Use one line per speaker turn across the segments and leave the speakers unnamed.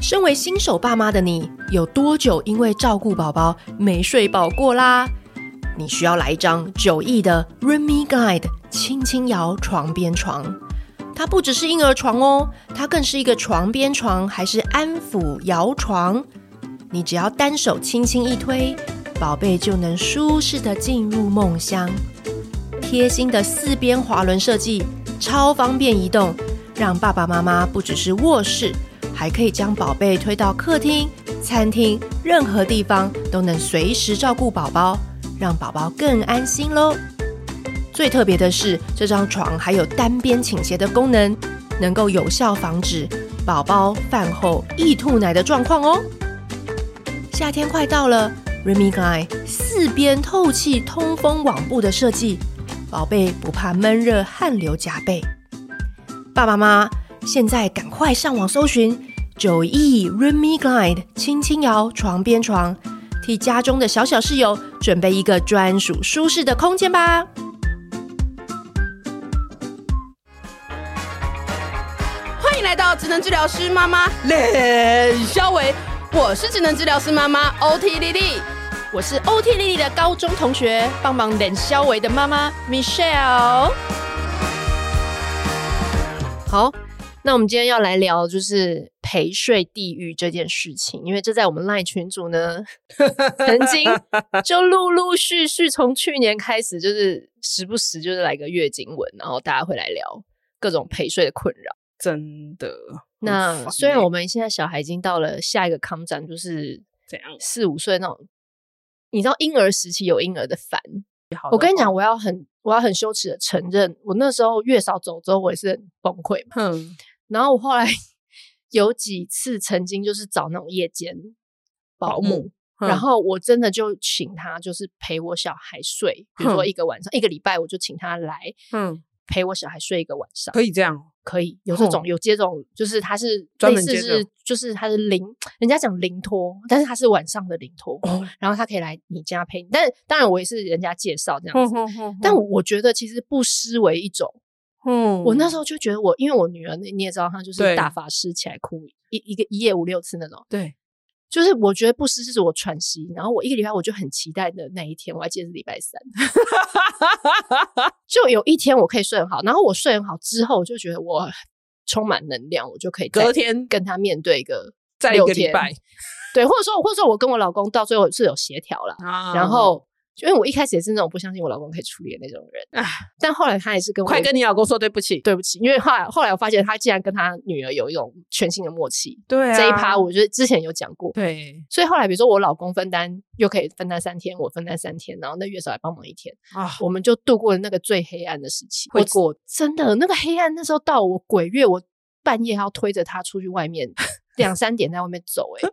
身为新手爸妈的你，有多久因为照顾宝宝没睡饱过啦？你需要来一张九亿的 Remy Guide 轻轻摇床边床。它不只是婴儿床哦，它更是一个床边床，还是安抚摇床。你只要单手轻轻一推，宝贝就能舒适的进入梦乡。贴心的四边滑轮设计，超方便移动，让爸爸妈妈不只是卧室，还可以将宝贝推到客厅、餐厅，任何地方都能随时照顾宝宝，让宝宝更安心喽。最特别的是，这张床还有单边倾斜的功能，能够有效防止宝宝饭后易吐奶的状况哦。夏天快到了 r e m i g y 四边透气通风网布的设计，宝贝不怕闷热汗流浃背。爸爸妈妈现在赶快上网搜寻九亿 r e m i g y 轻轻摇床边床，替家中的小小室友准备一个专属舒适的空间吧。
欢迎来到职能治疗师妈妈冷肖维，我是职能治疗师妈妈 OT 丽丽。
我是 OT 丽丽的高中同学，帮忙冷肖维的妈妈 Michelle。好，那我们今天要来聊就是陪睡地狱这件事情，因为这在我们赖群组 呢，曾经就陆陆续续从去年开始，就是时不时就是来个月经文，然后大家会来聊各种陪睡的困扰。
真的，很
那
烦
虽然
欸
我们现在小孩已经到了下一个康展，就是
怎样
四五岁那种，你知道婴儿时期有婴儿的烦。
哦
我跟你讲，，我要很我要很羞耻的承认，我那时候月嫂走之后，我也是很崩溃嘛。
哼，
然后我后来 有几次曾经就是找那种夜间保
保
姆，
姆
然
嗯哼
后我真的就请他就是陪我小孩睡，比如说一个晚上、一个礼拜，我就请他来
嗯，
陪我小孩睡一个晚上。
可以这样哦，
可以有这种、
哦
有接种，就是他是
专
类
门
似
接这
是
种
就是他是零，人家讲零托，但是他是晚上的零托，
哦
然后他可以来你家陪你。但当然我也是人家介绍这样子，但我我觉得其实不失为一种。
嗯
我那时候就觉得我因为我女儿你也知道她就是
对
大法师起来哭一一个一夜五六次那种，
对
就是我觉得不失是我喘息，然后我一个礼拜我就很期待的那一天，我还记得是礼拜三，就有一天我可以睡很好，然后我睡很好之后，我就觉得我充满能量，我就可以再
隔天
跟他面对一个
再一
六
个礼
天
拜，
对，或者说或者说我跟我老公到最后是有协调啦，
啊
然后。因为我一开始也是那种不相信我老公可以处理的那种人，
唉
但后来他也是跟我
快跟你老公说对不起，
对不起，因为后来后来我发现他竟然跟他女儿有一种全新的默契。
对啊
这一趴，我觉得之前有讲过，
对
所以后来比如说我老公分担又可以分担三天，我分担三天，然后那月嫂来帮忙一天，
啊，
我们就度过了那个最黑暗的时期。
会
我
过
真的那个黑暗，那时候到我鬼月，我半夜还要推着他出去外面两三点在外面走、欸，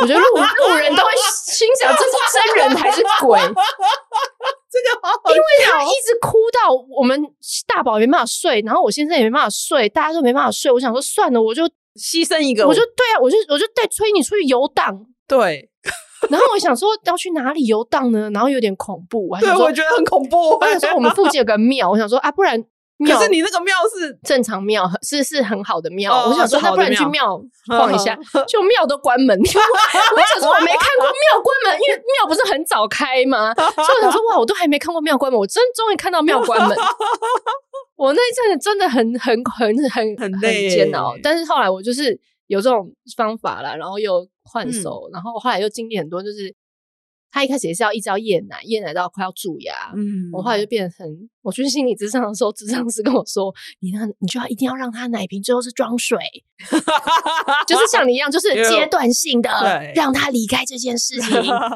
我觉得路路人都会心想这是真人还是鬼。
这个好好
因为他一直哭到我们大宝没办法睡，然后我先生也没办法睡，大家都没办法睡。我想说算了，我就
牺牲一个，
我就对啊，我就我就带催你出去游荡。
对
然后我想说要去哪里游荡呢？然后有点恐怖，我还
对，
想说
我，觉得很恐怖
我。想说我们附近有个庙，我想说啊，不然庙
可是你那个庙是
正常庙是是很好的庙，
哦
我想说
是
那
好
不
的
然去庙逛一下，就庙都关门。我 想说我没看过庙关门，因为庙不是很早开吗？ 所以我想说哇，我都还没看过庙关门，我真终于看到庙关门。我那一阵子真的很很很很
很累
煎熬，但是后来我就是有这种方法啦，然后又换手，然后后来又经历很多，就是他一开始也是要一直要夜奶，夜奶到快要蛀牙，
嗯
我后 来就变成，我去心理咨商的时候， 咨商师跟我说，你那你就要一定要让他奶瓶最后是装 水，就是像你一样，就是
因为
阶段性的
对
让他离开这件事 情。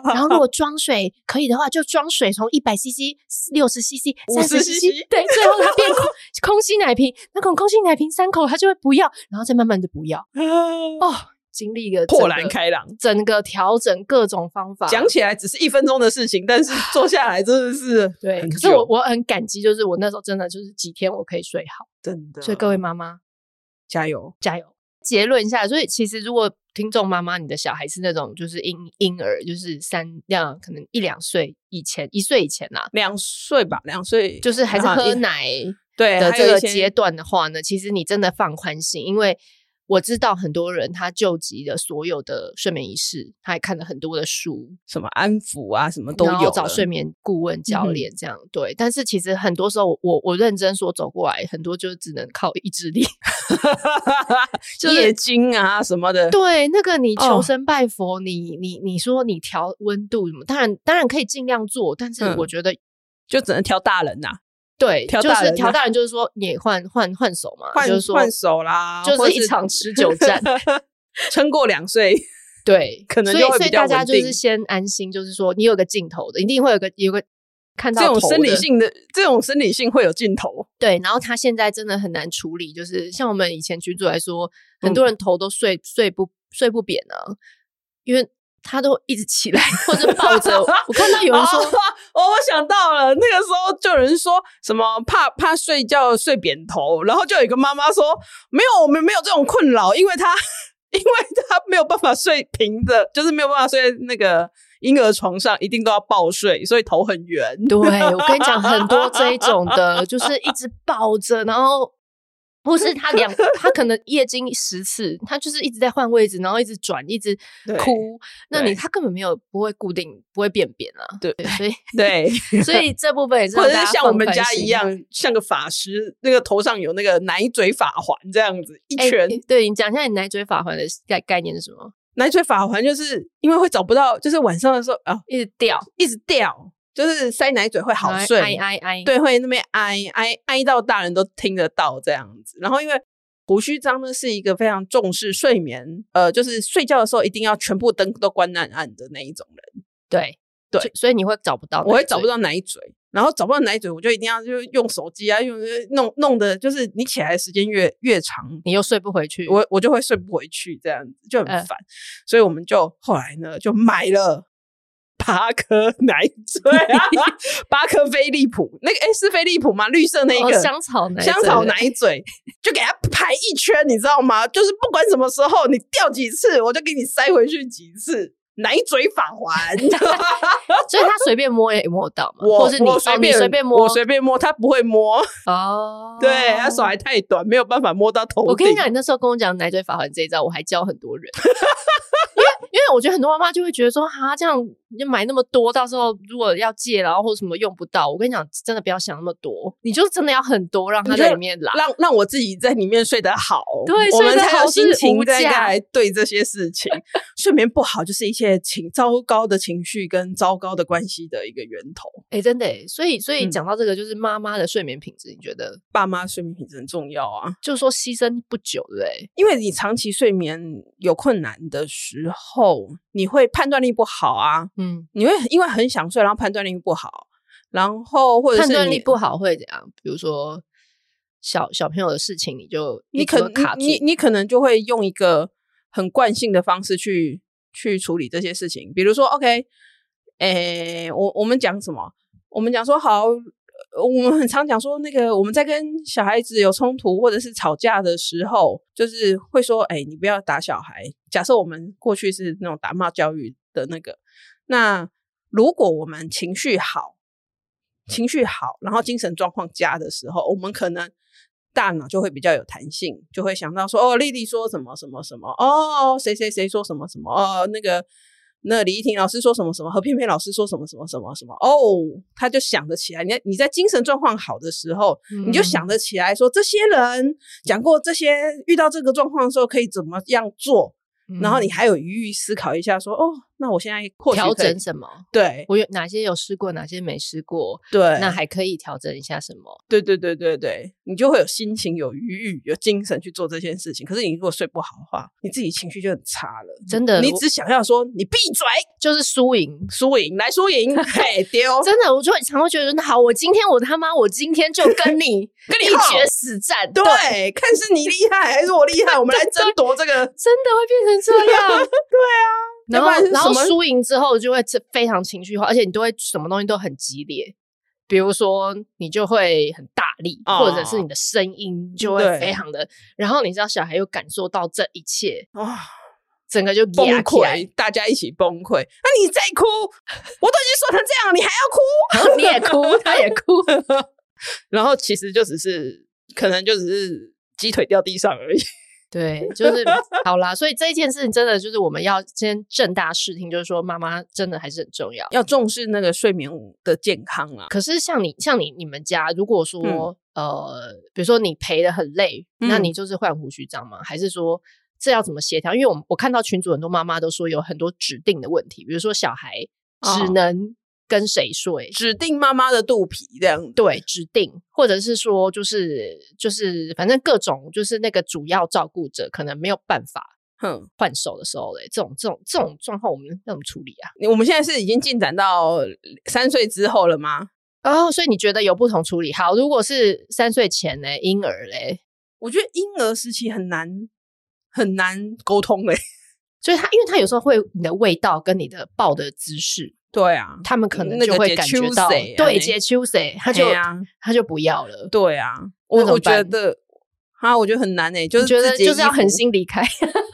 然后如果装水可以的话，就装水从一百 CC、六十 CC、三十
50
CC，对，最后他变空空心奶瓶，那种空心奶瓶三口他就会不要，然后再慢慢的不要，
哦，
经历一个
豁
整
然
个
开朗。
整个调整各种方法，
讲起来只是一分钟的事情，但是做下来真的是
对，
很
可是我
久
我很感激，就是我那时候真的就是几天我可以睡好，
真的，
所以各位妈妈。
加油！
加油！结论一下，所以其实如果听众妈妈，你的小孩是那种就是婴婴儿，就是三两可能一两岁以前，一岁以前啦、
两岁吧，两岁
就是还是
然后
喝
啊一
奶
对
的
还
这
有
个
一些
阶段的话呢，其实你真的放宽心，因为我知道很多人他救急的所有的睡眠仪式，他也看了很多的书，
什么安抚啊，什么都
然后
有
找
了嗯
睡眠顾问、教练这样、对。但是其实很多时候我，我认真说走过来，很多就只能靠意志 力。 就是
夜惊啊什么的，
对，那个你求
哦
神拜佛，你你你说你调温度什么，当然当然可以尽量做，但是
嗯
我觉得、
就只能挑大人呐、
对，
调
就
大
是
人
调
啊
大人就是说你换换换手嘛，
换
就是说
换手啦，
就
或
是一 场持久战。，
撑过两岁，
对，
可能
所以
就会
所以
比较
大家
稳
就是
定
先安心，就是说你有个尽头的，一定会有个有个看到
这种
头
生理
的
性的这种生理性会有尽头，
对，然后他现在真的很难处理，就是像我们以前群主来说，很
嗯
多人头都睡、睡不睡不扁啊，因为他都一直起来或者抱着。我看到有人说，
哦， 哦我想到了，那个时候就有人说什么怕怕睡觉睡扁头，然后就有一个妈妈说没有，我们没有这种困扰，因为她 因为她没有办法睡平的，就是没有办法睡在那个婴儿床上，一定都要抱睡，所以头很圆。
对我跟你讲，很多这一种的，就是一直抱着，然后或是他两他可能夜经十次，他就是一直在换位置，然后一直转，一直
对
哭。那你
对
他根本没有不会固定，不会变扁啊。
对，
所以
对，
所以这部分也是
或
让
者
大
是
家
像我
放
们
宽
家一
心。嗯
样，像个法师，那个头上有那个奶嘴法环这样子，一
哎
圈。
对你讲一下你奶嘴法环的概概念是什么？
奶嘴法环就是因为会找不到，就是晚上的时候啊、
一直掉，
一直掉，就是塞奶嘴会好
然后
睡，
哎哎哎，，
对，会那边哀哀哀到大人都听得到这样子。然后因为胡须章呢是一个非常重视睡眠，呃，就是睡觉的时候一定要全部灯都关暗暗的那一种人，
对
对
所所以你会找不到哦奶嘴，
我会找不到奶嘴。然后找不到奶嘴，我就一定要就用手机啊，用弄弄的，就是你起来的时间越越长，
你又睡不回去。
我我就会睡不回去，这样子就很
嗯
烦。所以我们就后来呢，就买了八颗奶嘴，啊八颗飞利浦，那个哎是飞利浦吗？绿色那
哦
个、
香草奶，
香草奶，嘴，就给它排一圈，你知道吗？就是不管什么时候你掉几次，我就给你塞回去几次。奶嘴法 环，
所以他随便摸也摸到嘛，
我
或是你
我
哦
随
你
便
随便摸
我随便摸，他不会摸，
哦，
对他手还太短，没有办法摸到头顶。
我跟你讲，你那时候跟我讲奶嘴法环这一招，我还教很多人， 因为因为我觉得很多妈妈就会觉得说，哈，这样你买那么多，到时候如果要戒，然后或什么用不到，我跟你讲，真的不要想那么多，你就真的要很多让它
你就
在里面拉。
让让我自己在里面睡得好，
对
我
睡
们
得
才
好
有
是
心情
无
再
价
来对这些事情。睡眠不好就是一些情糟糕的情绪跟糟糕的关系的一个源头。
哎、真的欸，所以所以
嗯
讲到这个，就是妈妈的睡眠品质，你觉得
爸妈睡眠品质很重要啊，
就是说牺牲不久，欸对不对？
因为你长期睡眠有困难的时候，你会判断力不好啊，
嗯，
你会因为很想睡，然后判断力不好，然后或者是
判断
你
力不好会怎样？比如说小小朋友的事情，你就
你
一直都
可
卡住
你，你可能就会用一个很惯性的方式去去处理这些事情，比如说，OK，诶、我我们讲什么？我们讲说好，呃我们很常讲说那个我们在跟小孩子有冲突或者是吵架的时候，就是会说，哎、你不要打小孩。假设我们过去是那种打骂教育的那个，那如果我们情绪好，情绪好，然后精神状况佳的时候，我们可能大脑就会比较有弹性，就会想到说，哦，丽丽说什么什么什么，哦，谁谁谁说什么什么，哦，那个那个李依婷老师说什么什么，何片片老师说什么什么什么什么，哦，他就想得起来。你在你在精神状况好的时候，你就
嗯
想得起来说，这些人讲过这些，遇到这个状况的时候可以怎么样做，
嗯
然后你还有余裕思考一下说，哦，那我现在或许
调
可以
整什么？
对
我有哪些有试过，哪些没试过？
对，
那还可以调整一下什么？
对对对对对，你就会有心情、有余裕、有精神去做这件事情。可是你如果睡不好的话，你自己情绪就很差了。
真的
你
我
只想要说你闭嘴，
就是输赢。
输赢来输 赢，嘿丢，
真的，我就很常会觉得，那好，我今天我他妈，我今天就跟 你
跟
一
你耗
决死战，
对，看是你厉害还是我厉害，我们来争夺 这个。
真的会变成这 样。对啊，然
要不然
后
是
然
什
后
么
输赢之后就会这非常情绪化，而且你都会什么东西都很激烈，比如说你就会很大力，
哦嗯
或者是你的声音就会
对
非常的，然后你知道小孩又感受到这一切，
啊，
整个就
崩
压起来
溃，大家一起崩溃。那、你再哭，我都已经说成这样，你还要哭？
然后你也哭，他也哭，
然后其实就只是，可能就只是鸡腿掉地上而已。
对，就是好啦。所以这一件事情真的就是我们要先正大视听，就是说妈妈真的还是很重要。
要重视那个睡眠的健康啊。
可是像你像你你们家，如果说、
嗯
呃，比如说你陪的很累，那
嗯
你就是换胡须章吗？还是说这要怎么协调？因为我们我看到群主很多妈妈都说有很多指定的问题，比如说小孩
哦
只能跟谁睡。
指定妈妈的肚皮这样，
对，指定，或者是说，就是就是，反正各种，就是那个主要照顾者可能没有办法
哼，
换手的时候嘞，这种这种这种状况，我们要怎么处理啊？
我们现在是已经进展到三岁之后了吗？
哦，所以你觉得有不同处理？好，如果是三岁前嘞，婴儿嘞，
我觉得婴儿时期很难很难沟通欸 嘞、
所以他因为他有时候会你的味道跟你的抱的姿势，
对啊，
他们可能
那
就
个
会
解
感觉
秋
到，
水啊
对，
那
解秋谁，他就、
嘿啊，
他就不要了。
对啊，
那
我
怎么
我觉
办
得啊，我觉得很难诶、就
你
是
觉得
自己的
就是要
衣服
狠 心离开，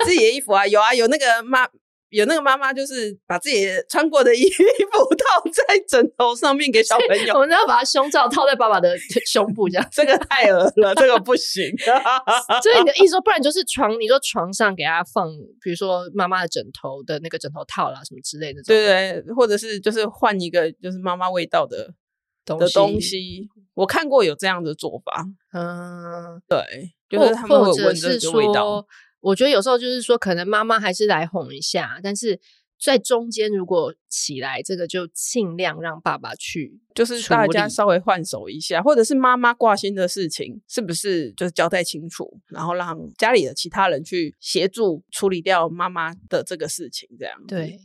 自己的衣服啊，有啊，有那个妈，有那个妈妈，就是把自己穿过的衣 服套在枕头上面给小朋友
我，们要把他胸罩套在爸爸的 胸部这样。
这个太恶了，这个不行。
所以你的意思说，不然就是床，你说床上给他放，比如说妈妈的枕头的那个枕头套啦，什么之类的这种
对对，或者是就是换一个就是妈妈味道的
东
的
西，
东西，我看过有这样的做法，
嗯，
对，就
或
是他们会
或者
闻着
是
这个味道
说，，我觉得有时候就是说，可能妈妈还是来哄一下，但是在中间如果起来，这个就尽量让爸爸去。
就是
处
大家
理
稍微换手一下，或者是妈妈挂心的事情，是不是就是交代清楚，然后让家里的其他人去协助处理掉妈妈的这个事情，这样子
对，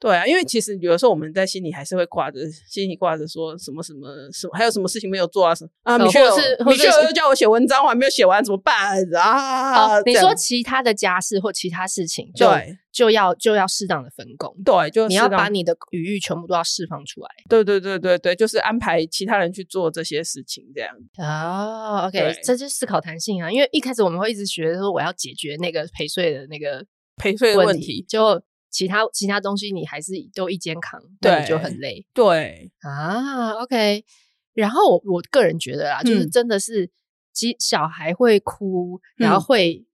对啊，因为其实有的时候我们在心里还是会挂着，心里挂着说什么什么什么，还有什么事情没有做啊什么啊，
呃
米
或
雪
者是或
米
者
雪
是
又叫我写文章，我还没有写完，怎么办啊？
哦，你
这样
说其他的家事或其他事情，就
对
就要就要适当的分工，
对，就是
你要
适当
把你的余裕全部都要释放出来。
对对对对对，就是安排其他人去做这些事情，这样
哦，OK，
对
这就是思考弹性啊。因为一开始我们会一直觉得说我要解决那个陪睡的那个
陪睡的
问
问题。
就其他其他东西你还是都一肩扛，那你就
对
很累。
对，
啊，OK。然后我我个人觉得啦，就是
嗯
真的是，即小孩会哭，然后
嗯
会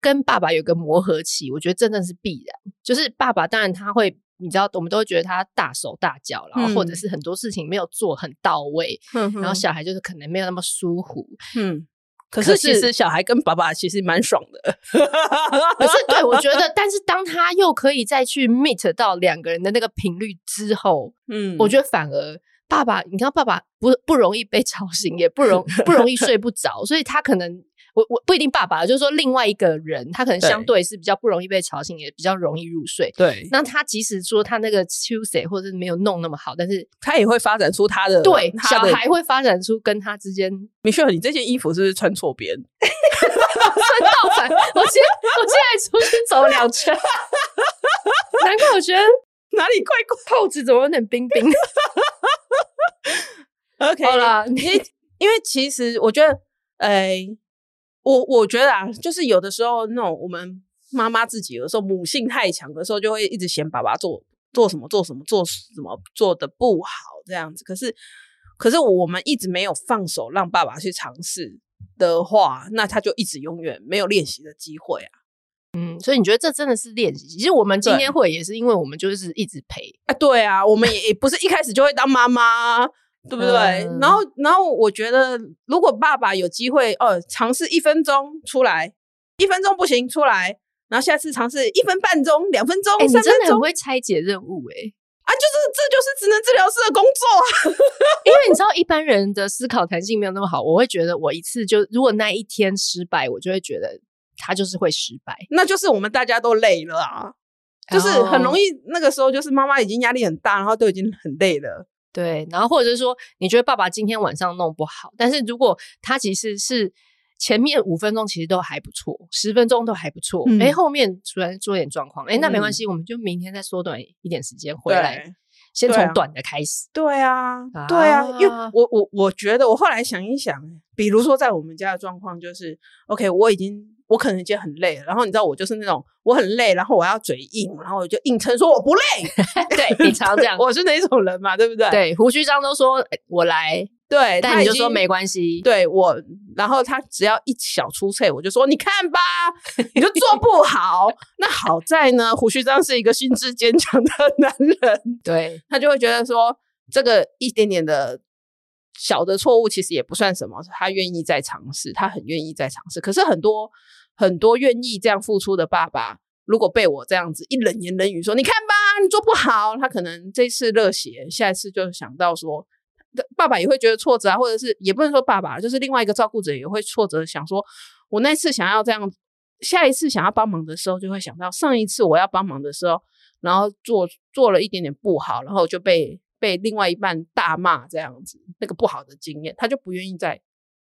跟爸爸有个磨合期，我觉得真的是必然。就是爸爸当然他会，你知道，我们都会觉得他大手大脚，然后或者
嗯
是很多事情没有做很到位，然
然
后小孩就是可能没有那么舒服。
嗯，可
可
是其
是
实小孩跟爸爸其实蛮爽的，
可是对我觉得，但是当他又可以再去 meet 到两个人的那个频率之后，
嗯
我觉得反而爸爸，你看爸爸不不容易被吵醒，也不容 不容易睡不着，所以他可能我我不一定爸爸，就是说另外一个人，他可能
对
相对是比较不容易被吵醒，也比较容易入睡。
对，
那他即使说他那个 Tuesday 或者是没有弄那么好，但是
他也会发展出他的
对
他
小
的。
孩会发展出跟他之间
米秀，你这件衣服是不是穿错边？
正倒反。我今天我今天还出去走两圈， 难怪我觉得
哪里怪怪
扣子怎么有点冰冰的。
？OK，
好 啦，你
因为因为其实我觉得，哎、我我觉得啊，就是有的时候那种我们妈妈自己有的时候母性太强的时候，就会一直嫌爸爸做做什么做什么做什么做的不好这样子。可是可是我们一直没有放手让爸爸去尝试的话，那他就一直永远没有练习的机会啊！
嗯，所以你觉得这真的是练习？其实我们今
对
天会也是因为我们就是一直陪，
啊，对啊，我们也也不是一开始就会当妈妈，对不对？
嗯
然后，然后我觉得，如果爸爸有机会，哦，尝试一分钟出来，一分钟不行出来，然后下次尝试一分半钟、两分钟、
哎、你
三分
真的很
钟
会拆解任务哎、
啊，就是这就是职能治疗师的工作啊。
因为你知道一般人的思考弹性没有那么好，我会觉得我一次就如果那一天失败，我就会觉得他就是会失败，
那就是我们大家都累了啊，就是很容
易
易那个时候就是妈妈已经压力很大，然后都已经很累了。
对，然后或者是说你觉得爸爸今天晚上弄不好，但是如果他其实是前面五分钟其实都还不错，十分钟都还不错，哎、
嗯
后面突然出点状况，哎、那没关
嗯
系，我们就明天再缩短一点时间回来，先
对
从
啊
短的开始。
对啊，对啊，因为
啊
我我我觉得，我后来想一想，比如说在我们家的状况，就是 OK，我已经我可能已经很累了，然后你知道我就是那种我很累，然后我要嘴硬，然后我就硬撑说我不累，
对，你常常这样
。我是哪种人嘛，对不对？
对，胡须章都说哎我来，
对，
但
他
你
已
就说
经
没关系，
对我，然后他只要一小出错，我就说你看吧，你就做不好。 那好在呢，胡须章是一个心智坚强的男人，
对
他就会觉得说这个一点点的小的错误其实也不算什么，他愿意再尝试，他很愿意再尝试。可是很多很多愿意这样付出的爸爸，如果被我这样子一冷言冷语说你看吧，你做不好，他可能这次热血，下一次就想到说。爸爸也会觉得挫折啊，或者是也不能说爸爸，就是另外一个照顾者也会挫折，想说我那次想要这样，下一次想要帮忙的时候，就会想到上一次我要帮忙的时候，然后做做了一点点不好，然后就被被另外一半大骂这样子，那个不好的经验，他就不愿意再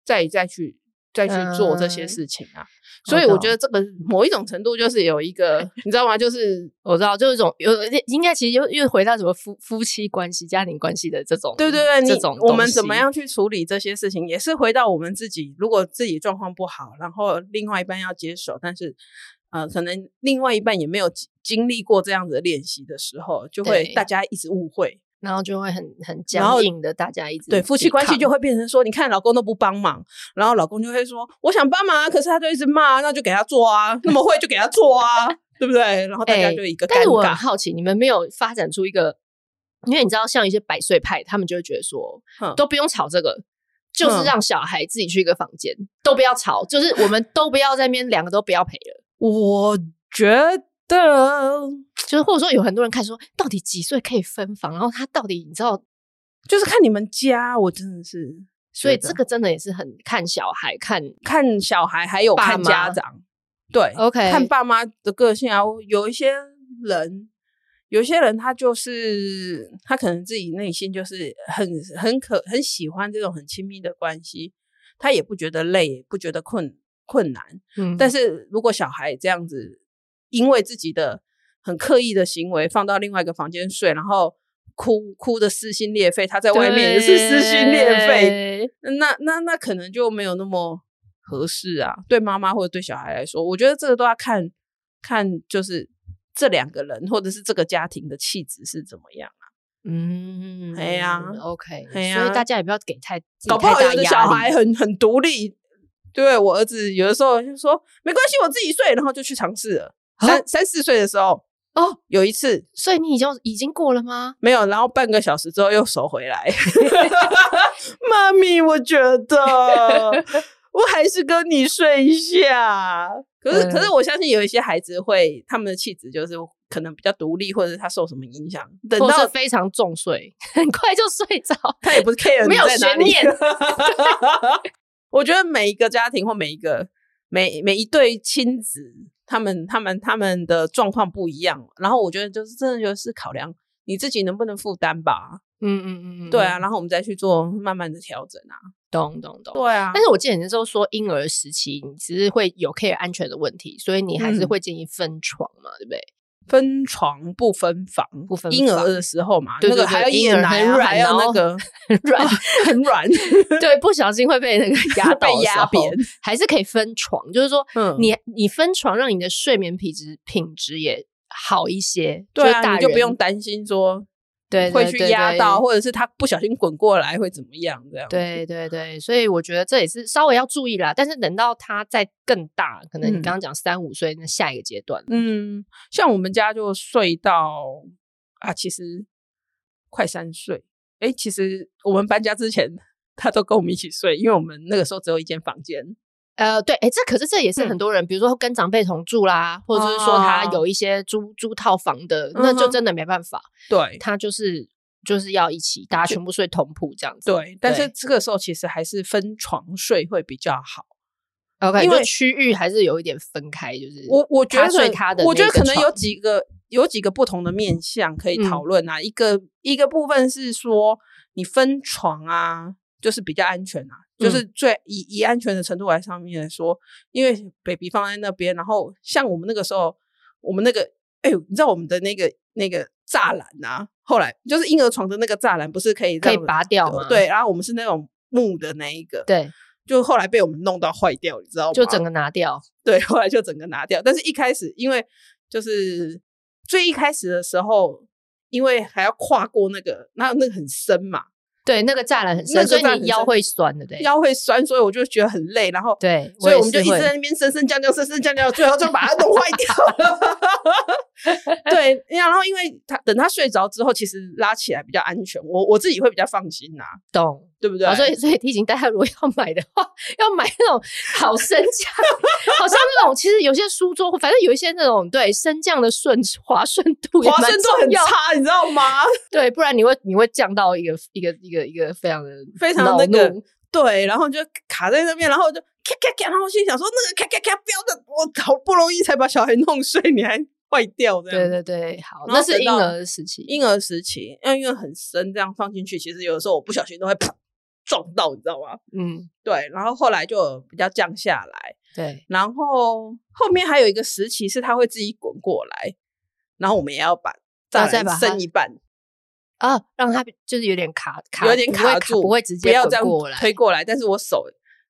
再再去再去做这些
嗯
事情啊。
我
所以我
懂
觉得这个某一种程度就是有一个，你知道吗？就是
我知道，就是一种有应该其实又又回到什么夫夫妻关系、家庭关系的这种，
对对对，你
这种
我们
东西
怎么？样去处理这些事情，也是回到我们自己。如果自己状况不好，然后另外一半要接手，但是呃，可能另外一半也没有经经历过这样子的练习的时候，就会
对
大家一直误会，
然后就会很很
然后
僵硬的，大家一直
对夫妻关系就
会
会变成说，你看老公都不帮忙，然后老公就会说我想帮忙啊，可是他就一直骂啊，那就给他做啊，那么会就给他做啊，对不对？然后大家就一个
但
尴
是我很
尬，
好奇，你们没有发展出一个，因为你知道，像一些百岁派，他们就会觉得说，
嗯
都不用吵这个。就是
嗯
让小孩自己去一个房间，都不要吵，就是我们都不要在那边，两个都不要陪了。
我觉得
就是或者说有很多人看说，到底几岁可以分房，然后他到底你知道，
就是看你们家，我真的是。
所以
觉得
这个真的也是很看小孩看
看小孩还有
爸
看
妈
家长，对
OK
看爸妈的个性啊。有一些人，有一些人他就是他可能自己内心就是很很可很喜欢这种很亲密的关系，他也不觉得累，也不觉得困困难。
嗯
但是如果小孩这样子，因为自己的很刻意的行为放到另外一个房间睡，然后哭哭的撕心裂肺，他在外面也是撕心裂肺，
对。
那那那可能就没有那么合适啊，对妈妈或者对小孩来说，我觉得这个都要看看就是这两个人或者是这个家庭的气质是怎么样。
嗯，
哎呀
，OK，
哎呀
所以大家也不要给太
搞不好有
自
的小，
己太大压
孩
力
很很独立，对我儿子有的时候就说没关系，我自己睡，然后就去尝试了。
啊
三三四岁的时候，
哦，
有一次
所以你已经已经过了吗？
没有，然后半个小时之后又收回 来。妈咪，我觉得 我还是跟你睡一下。可是，
嗯
可是我相信有一些孩子会，他们的气质就是可能比较独立，或者是他受什么影响，等
或
到
是非常重睡，很快就睡 着。
他也不是 care
没有
你在哪
悬
里
念。
我觉得每一个家庭或每一个每每一对亲子，他们他们他们的状况不一样，然后我觉得就是真的就是考量你自己能不能负担吧。
嗯嗯嗯嗯
对啊，，然后我们再去做慢慢的调整啊。
懂懂懂。
对啊
但是我记得你那时候说婴儿时期，你只是会有 care 安全的问题，所以你还是
嗯
会建议分床嘛，对不对？
分床不分房，
不分
婴儿
房
的时候嘛，
对
那
对
个还
对
要
婴
夜
儿
奶
很
啊、
软
还要
哦
那个
软
很软，
对，不小心会被那个压倒
被
的时
压
候
扁，
还是可以分床，就是说，
嗯
你你分床，让你的睡眠品质品质也好一些，
对
是大
啊，你就不
人
用担心说
对
会
对
去
对
压
对
到，或者是他不小心滚过来会怎么样这样。
对对对，所以我觉得这也是稍微要注意啦。但是等到他再更大，可能你
嗯
刚刚讲三五岁那下一个阶段，
嗯，像我们家就睡到啊，其实快三岁。诶，其实我们搬家之前，他都跟我们一起睡，因为我们那个时候只有一间房间。
呃，对，哎，这可是这也是
嗯
很多人，比如说跟长辈同住啦，或者是说他
哦
有一些租租套房的，那就
嗯哼
真的没办法，
对
他就是就是要一起，大家全部睡同铺这样子。
对，但是
对
这个时候其实还是分床睡会比较好。
，OK，
因
就
为
区域还是有一点分开，就是
我我觉
他
得
睡他的
我觉
那
得
个
可能有
床
几个有几个不同的面向可以
嗯
讨论啊。一个一个部分是说你分床啊，就是比较安全啊，
嗯
就是最以以安全的程度来上面来说，因为 baby 放在那边，然后像我们那个时候，我们那个哎呦，你知道我们的那个那个栅栏啊，后来就是婴儿床的那个栅栏，不是可以这
可以
样子
拔掉吗？
对，然后我们是那种木的那一个，
对，
就后来被我们弄到坏掉，你知道吗？
就整个拿掉。
对，后来就整个拿掉。但是一开始，因为就是最一开始的时候，因为还要跨过那个，那那个很深嘛，
对，那个栅栏很
那
深，
个
所以
栅栏很
你腰
深
会酸，对不对？
腰会酸，所以我就觉得很累，然后。
对，
所以
也
我们就是一直
会
在那边升升降降，升升降降，最后就把它弄坏掉了。 对，然后因为他等他睡着之后，其实拉起来比较安全，我我自己会比较放心呐、
懂。
对不对？
哦所以所以提醒大家，如果要买的话，要买那种好升降，好像那种其实有些书桌，反正有一些那种对升降的顺滑顺度也
华
蛮
盛顿
重
很
要，
差，你知道吗？
对，不然你会你会降到一个一个一个一个非常的
非常
恼
那个
怒
对，然后就卡在那边，然后就咔咔咔，然后心想说那个咔咔咔，不要的，我好不容易才把小孩弄睡，你还坏掉这样。
对对对，好，
然
那
后
是
等
婴
到
儿的时期，
婴儿时期，因为因为很深，这样放进去，其实有的时候我不小心都会啪撞到，你知道吗？
嗯，
对，然后后来就有比较降下来，
对，
然后后面还有一个时期是它会自己滚过来，然后我们也要把
要
栅
再把
栏
它
伸一半，
啊，让它就是有点卡卡，
有点
不会
卡住，
不会直
不
接
要
滚
这样
过来，
推过来，但是我手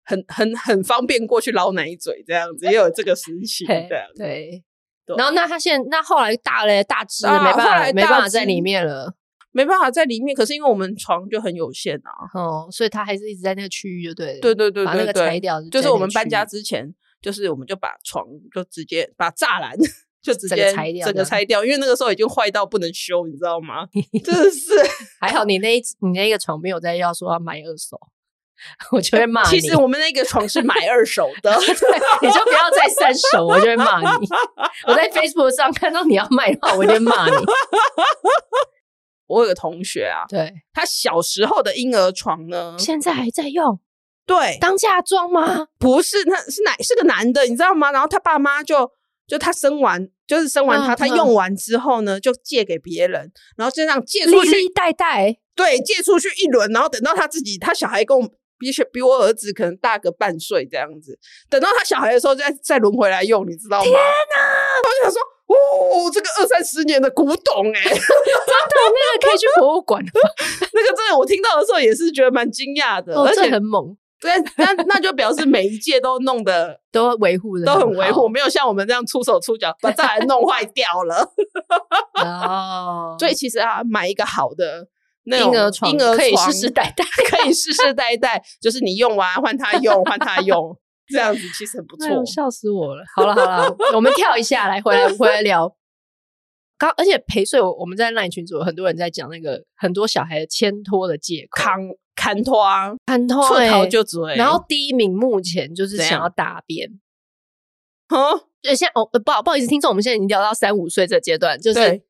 很很很方便过去捞奶嘴 这样子，也有这个时期
嘿
这样子。
对。
对
然后那他现那后来大了大只了
啊
没办
后
法
来
没
大
办法在
只
里面了
没办法在里面，可是因为我们床就很有限啊。
哦，所以他还是一直在那个区域就对了。
对对对
把那
对
个拆
对，
掉，
就是我们搬家
之
之前，就是我们就把床就直接把栅栏 就直
整个
接
拆掉
整
这
个
样
拆掉，因为那个时候已经坏到不能修，你知 道吗？真的是。
还好你那一你那个床没有在要说要买二手，我就会骂你。
其实我们那个床是买二手的，
对你就不要再三手，我就会骂你。我在 Facebook 上看到你要卖的话，我就会骂你。
我有个同学啊，
对，
他小时候的婴儿床呢，
现在还在用
对，
当嫁妆吗？
不是，那是男是个男的，你知道吗？然后他爸妈就就他生完，就是生完他，
嗯
他
嗯
用完之后呢，就借给别人，然后就这样借
历
出去，
历代代，
对，借出去一轮，然后等到他自己，他小孩跟我比起比我儿子可能大个半岁这样子，等到他小孩的时候再再轮回来用，你知道吗？天哪！我就想说，哦，这个二三十年的古董哎、
那个可以去博物馆，
那个真的我听到的时候也是觉得蛮惊讶的，
哦
而，
这
且
很猛，
对，那那就表示每一届都弄的
都维护的
都很维护，。没有像我们这样出手出脚把栅栏弄坏掉 了。
哦，
所以其实啊，买一个好的那种
婴儿床
婴儿
可以
床
世世代代，
可以世世代代，就是你用完换他用，换他用，这样子其实很不错
哎。呦笑死我了！好了好了，我们跳一下来， 回来回来聊。刚而且陪睡，我我们在 LINE 群组有很多人在讲那个很多小孩牵拖的借口，
扛砍拖啊，
很痛
寸
欸
头就嘴，
然后第一名目前就是
怎样
想要大便。
哼
对，现在哦，呃不好不好意思，听众，我们现在已经聊到三五岁这阶段，就是
对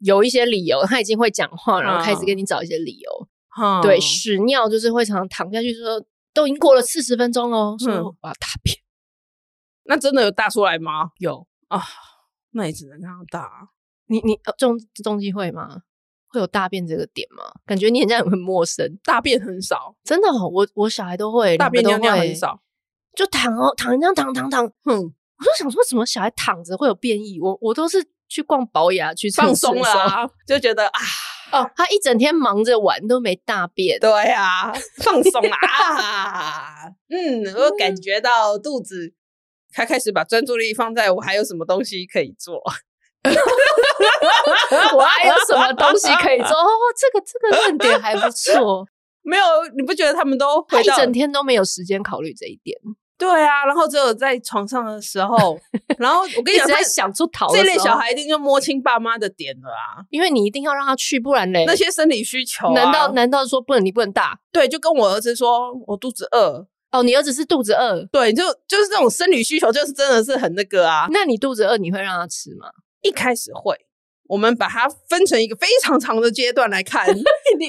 有一些理由，他已经会讲话，然后开始
嗯
跟你找一些理由。
哼
对，屎尿就是会常常躺下去说，都已经过了四十分钟哦，说
嗯
我要大便。
那真的有大出来吗？
有
啊，那也只能让他大啊。
你你呃中中机会吗？会有大便这个点吗？感觉你很像很陌生，
大便很少，
真的、哦，我我小孩都会，
大便
两
尿
个都
尿
会
很，少。
就躺哦，躺这样躺躺躺，我
哼，
就想说，怎么小孩躺着会有便意？我我都是去逛保雅去
放松了
了、
啊，就觉得啊，
哦，他一整天忙着玩都没大便，
对啊，放松啦啊。 嗯，我感觉到肚子，他开始把专注力放在我还有什么东西可以做。
我还有什么东西可以做？哦，这个这个论点还不 错，
没有，你不觉得他们都
他
回
一
到
整天都没有时间考虑这一点，
对啊？然后只有在床上的 时候，然后我跟
一
你讲，
直在
他
想出逃的
这类
时候
小，孩一定就摸清爸妈的点了啊，
因为你一定要让他去，不然嘞，
那些生理需求啊、
难道难道说不能你不能大？
对？就跟我儿子说，我肚子饿，
哦，你儿子是肚子饿，
对，就就是这种生理需求，就是真的是很那个啊。
那你肚子饿你会让他吃吗？
一开始会，我们把它分成一个非常长的阶段来看，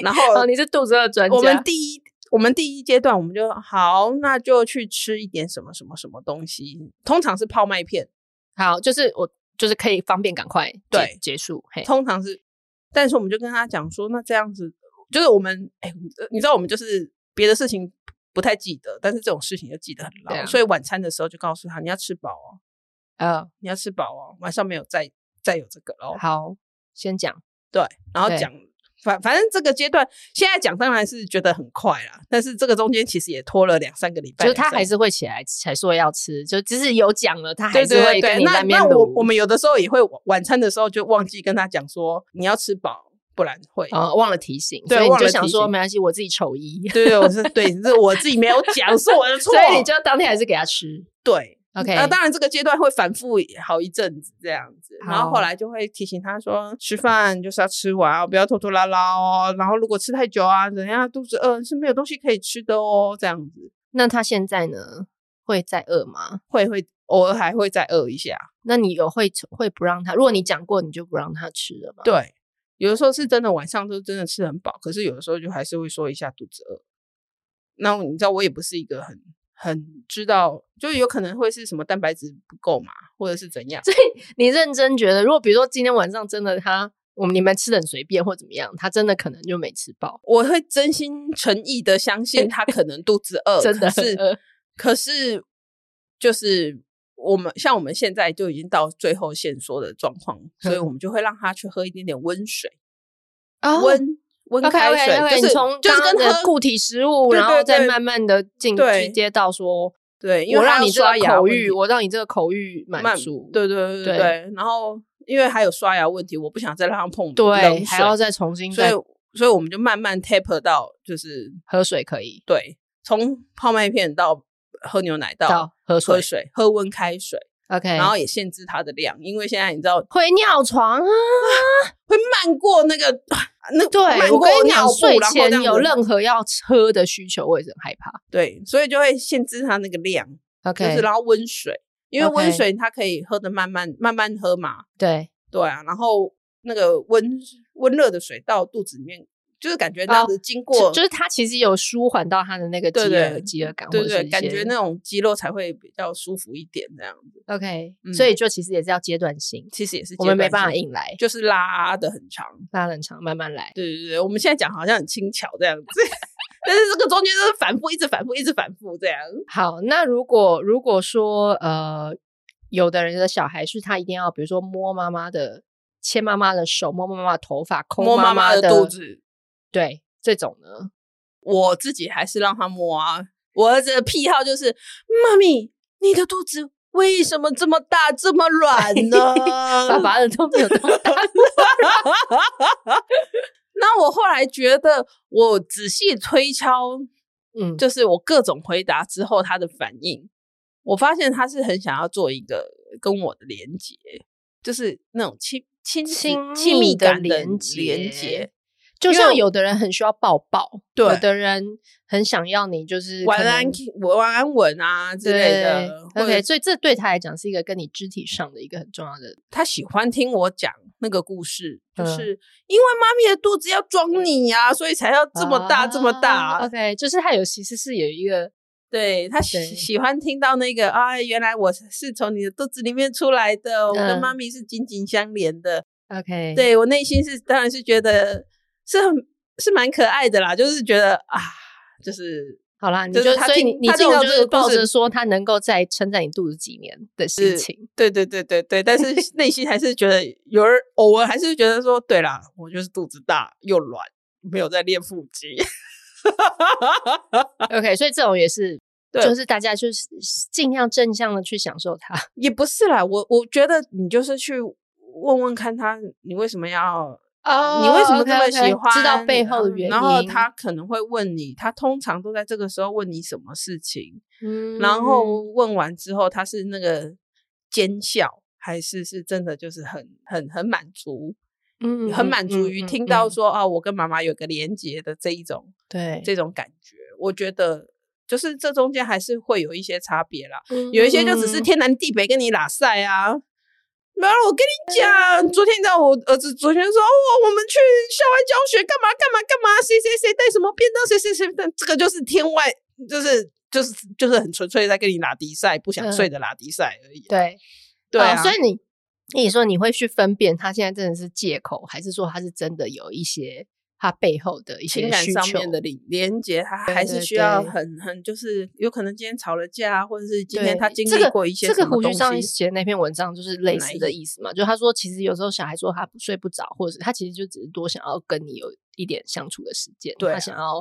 然后
哦，你是肚子饿专家，
我们第一，我们第一阶段我们就好，那就去吃一点什么什么什么东西，通常是泡麦片，
好就是我就是可以方便赶快结
对
结束，嘿，
通常是，但是我们就跟他讲说，那这样子就是我们，哎、你知你知道我们就是别的事情不太记得，但是这种事情就记得很牢，
对啊
所以晚餐的时候就告诉他，你要吃饱哦，
呃，
你要吃饱哦，晚上没有再再有这个哦喽。
好，先讲，
对，然后
对
讲反反正这个阶段，现在讲当然是觉得很快啦，但是这个中间其实也拖了两三个礼拜，
就是他
两三
还是会起来才说要吃，就只是有讲了，他还
对
是
对
会
对
跟
对，
你
那
在面
那我
撸
我们有的时候也会晚晚餐的时候就忘记跟他讲说你要吃饱，不然会。
啊，忘了提醒，
对
所以你
忘
就
了
想
提
说
醒
没关系，我自己丑一，
对对，我是对，是我自己没有讲，是我的错。
所以你就当天还是给他吃
对，
，OK，
那当然这个阶段会反复好一阵子这样子，然
好
后后来就会提醒他说，吃饭就是要吃完哦，不要拖拖拉拉哦。然后如果吃太久啊，人家肚子饿是没有东西可以吃的哦，这样子
那他现在呢会再饿吗？
会会偶尔还会再饿一下。
那你有会会不让他？如果你讲过，你就不让他吃了吗？
对，有的时候是真的晚上都真的吃很饱，可是有的时候就还是会说一下肚子饿。那你知道我也不是一个很很知道，就有可能会是什么蛋白质不够嘛，或者是怎样。
你认真觉得，如果比如说今天晚上真的他我们你们吃的很随便或怎么样，他真的可能就没吃饱，
我会真心诚意的 相信他可能肚子饿，
真的
可
很
是
饿。
可是就是我们像我们现在就已经到最后限缩的状况，所以
嗯
我们就会让他去喝一点点温水，
哦
温温
OK
开
OK
水
OK，
就
你
是
从
就是
刚刚
跟
的
喝
固体食物，
对
然
对
后再
对
慢慢的进
对
去接到说，
对，因
我
为他
让
要
你这
刷
个
牙
口
问
欲，
题
我让你这个口欲满
慢
足，
对对
对
对对对，然后因为还有刷牙问题，我不想再让他碰
对，
冷
还要
水，
再重新
所
再
以所以我们就慢慢 taper 到就是
喝水可以
对，从泡麦片到喝牛奶到
到喝水
喝水，喝温开水。
，OK，
然后也限制它的量，因为现在你知道
会尿床啊。
会漫过那个 那
对，
漫
我
过
跟你
尿
讲，
布，
睡
然后这
前
样
有
子
任何要喝的需求，我也是很害怕。
对，所以就会限制它那个量，就
OK，
是然后温水，因为温
OK
水它可以喝的慢慢慢慢喝嘛，
对，
对啊，然后那个温温热的水到肚子里面，就是感觉那样子经过，
哦就就是它其实有舒缓到它的那个饥
对
饿
对
饥饿感，
对
或者
对
是，一
感
些
觉那种肌肉才会比较舒服一点这样子，
OK，
嗯
所以就其实也是要阶段性，
其实也是
我们没办法
赢，
硬来，
就是拉的很长，
拉冷场慢慢来。
对对对，我们现在讲好像很轻巧这样子， 但是这个中间就是反复，一直反复，一直反复这样。
好，那如果如果说呃，有的人的小孩是他一定要，比如说摸妈妈的、牵妈妈的手、摸妈妈的头发、抠
摸妈
妈
妈的肚，子，
对这种 呢，？
我自己还是让他摸啊。我儿子的癖好就是，妈咪，你的肚子为什么这么大，这么软呢
爸爸的都没有这么 大
那我后来觉得，我仔细推敲，
嗯，
就是我各种回答之后他的反应，我发现他是很想要做一个跟我的连接，就是那种亲亲子
亲
亲
密
密
的
感
连
接。
接就
因为
像
我
有的人很需要抱抱，
对
有的人很想要你就是
晚
可能
安，我晚安吻啊之类
对
的，或者
OK，所以这对他来讲是一个跟你肢体上的一个很重要的。
他喜欢听我讲那个故事，就
嗯
是因为妈咪的肚子要装你呀、所以才要这么大、这么
啊
大。
，OK，就是他有其实是有一个
对他喜
对
喜欢听到那个啊，原来我是从你的肚子里面出来的，我跟
嗯
妈咪是紧紧相连的。
OK，，
对我内心是当然是觉得是很是蛮可爱的啦，就是觉得啊，就是
好啦，你
就
就是
他
所以
听
你你
他
这种
听到
就
这
是
个故
抱
事
着说他能够再撑在你肚子几年的心
是
情，
对对对对对，但是 内心还是觉得有人偶尔还是觉得说，对啦，我就是肚子大又软，没有在练腹肌。
OK，所以这种也是，
对
就是大家就是尽量正向的去享受它。
也不是啦，我我觉得你就是去问问看他，你为什么要
哦
你为什么这么喜欢？啊
知道背后的原因，
然后他可能会问你，他通常都在这个时候问你什么事情，
嗯，
然后问完之后，他是那个奸笑，还是是真的就是很很很满足，
嗯
很满足于听到说啊，我跟妈妈有个连接的这一种
对，
这种感觉，我觉得。就是这中间还是会有一些差别啦，有一些就只
嗯
是天南地北跟你拉塞啊。没有，我跟你讲，昨天你知道我儿子昨天说哦，我们去校外教学干嘛干嘛干嘛，谁谁谁带什么便当，谁谁谁带，这个就是天外，就是就是就是很纯粹在跟你拉迪赛，不想睡的拉迪赛而已。
嗯对
对啊，
哦所以你你说你会去分辨他现在真的是借口，还是说他是真的有一些他背后的一些
情感
需
上
求
面的连连接，他还
对
是需要
对
很很就是有可能今天吵了架啊，或者是今天
对
他经
这
历
个
过一些
这个
什么
胡须
东
上
西
写的那篇文章就是类
哪
似
一
的意思嘛，就他说其实有时候小孩说他不睡不着，或者是他其实就只是多想要跟你有一点相处的时间，
对
他
啊
想要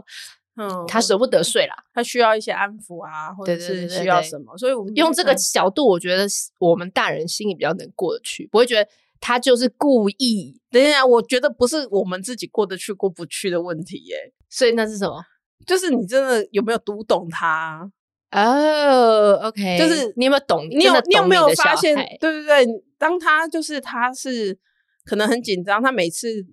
嗯
他舍不得睡啦。
他需要一些安抚啊，或
对
者
对对
是
对
需要
对
什么，所以我们
用
就
这
可
个
能
角度，我觉得是我们大人心里比较能过得去，不会觉得他就是故意，
等一下，我觉得不是我们自己过得去过不去的问题耶，
所以那是什么？
就是你真的有没有读懂他？
哦、o k
就是
你有没有懂？
你
真
有
的懂
你有没有
的小
发现
孩？
对对对，当他就是他是可能很紧张，他每次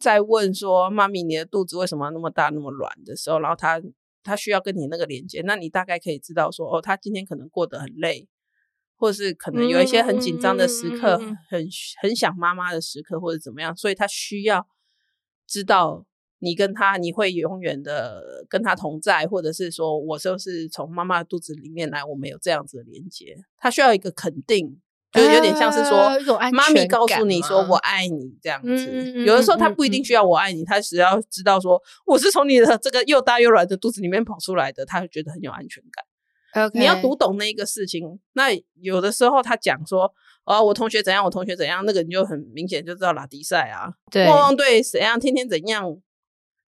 在问说“妈咪，你的肚子为什么那么大那么软”的时候，然后他他需要跟你那个连接，那你大概可以知道说哦，他今天可能过得很累，或是可能有一些很紧张的时刻，
嗯嗯嗯嗯嗯
很很想妈妈的时刻，或者怎么样，所以他需要知道你跟他，你会永远的跟他同在，或者是说我就是从妈妈的肚子里面来，我们有这样子的连接，他需要一个肯定，就是有点像是说。
啊一种安
妈咪
全
告诉
感
你说
吗
我爱你这样子，
嗯嗯嗯
有的时候他
嗯
不一
嗯
定需要我爱你，他只要知道说我是从你的这个又大又软的肚子里面跑出来的，他会觉得很有安全感。
，OK，
你要读懂那一个事情。那有的时候他讲说，啊，我同学怎样，我同学怎样，那个你就很明显就知道拉迪赛啊，
对
汪汪队怎样，天天怎样，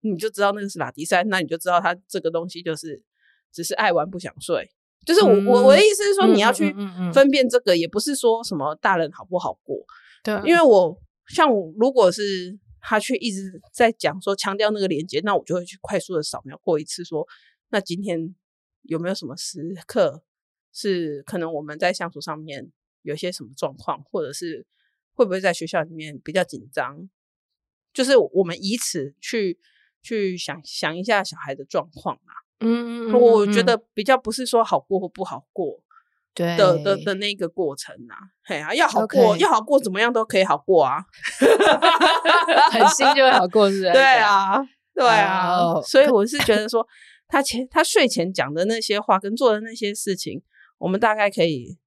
你就知道那个是拉迪赛，那你就知道他这个东西就是只是爱玩不想睡。就是我我、我的意思是说，
嗯
你要
嗯
去
嗯嗯嗯
分辨这个，也不是说什么大人好不好过，
对，
因为我像我如果是他去一直在讲说强调那个连接，那我就会去快速的扫描过一次说，那今天有没有什么时刻是可能我们在相处上面有一些什么状况，或者是会不会在学校里面比较紧张，就是我们以此去去想想一下小孩的状况啊。
嗯嗯嗯嗯
我觉
嗯
得比较不是说好过或不好过，
对
的的的那个过程啊，嘿啊，要好过
OK
要好过，怎么样都可以好过啊，
很新就会好过，是不是？
对，啊，对啊，
哦
所以我是觉得说，他前他睡前讲的那些话跟做的那些事情，我们大概可以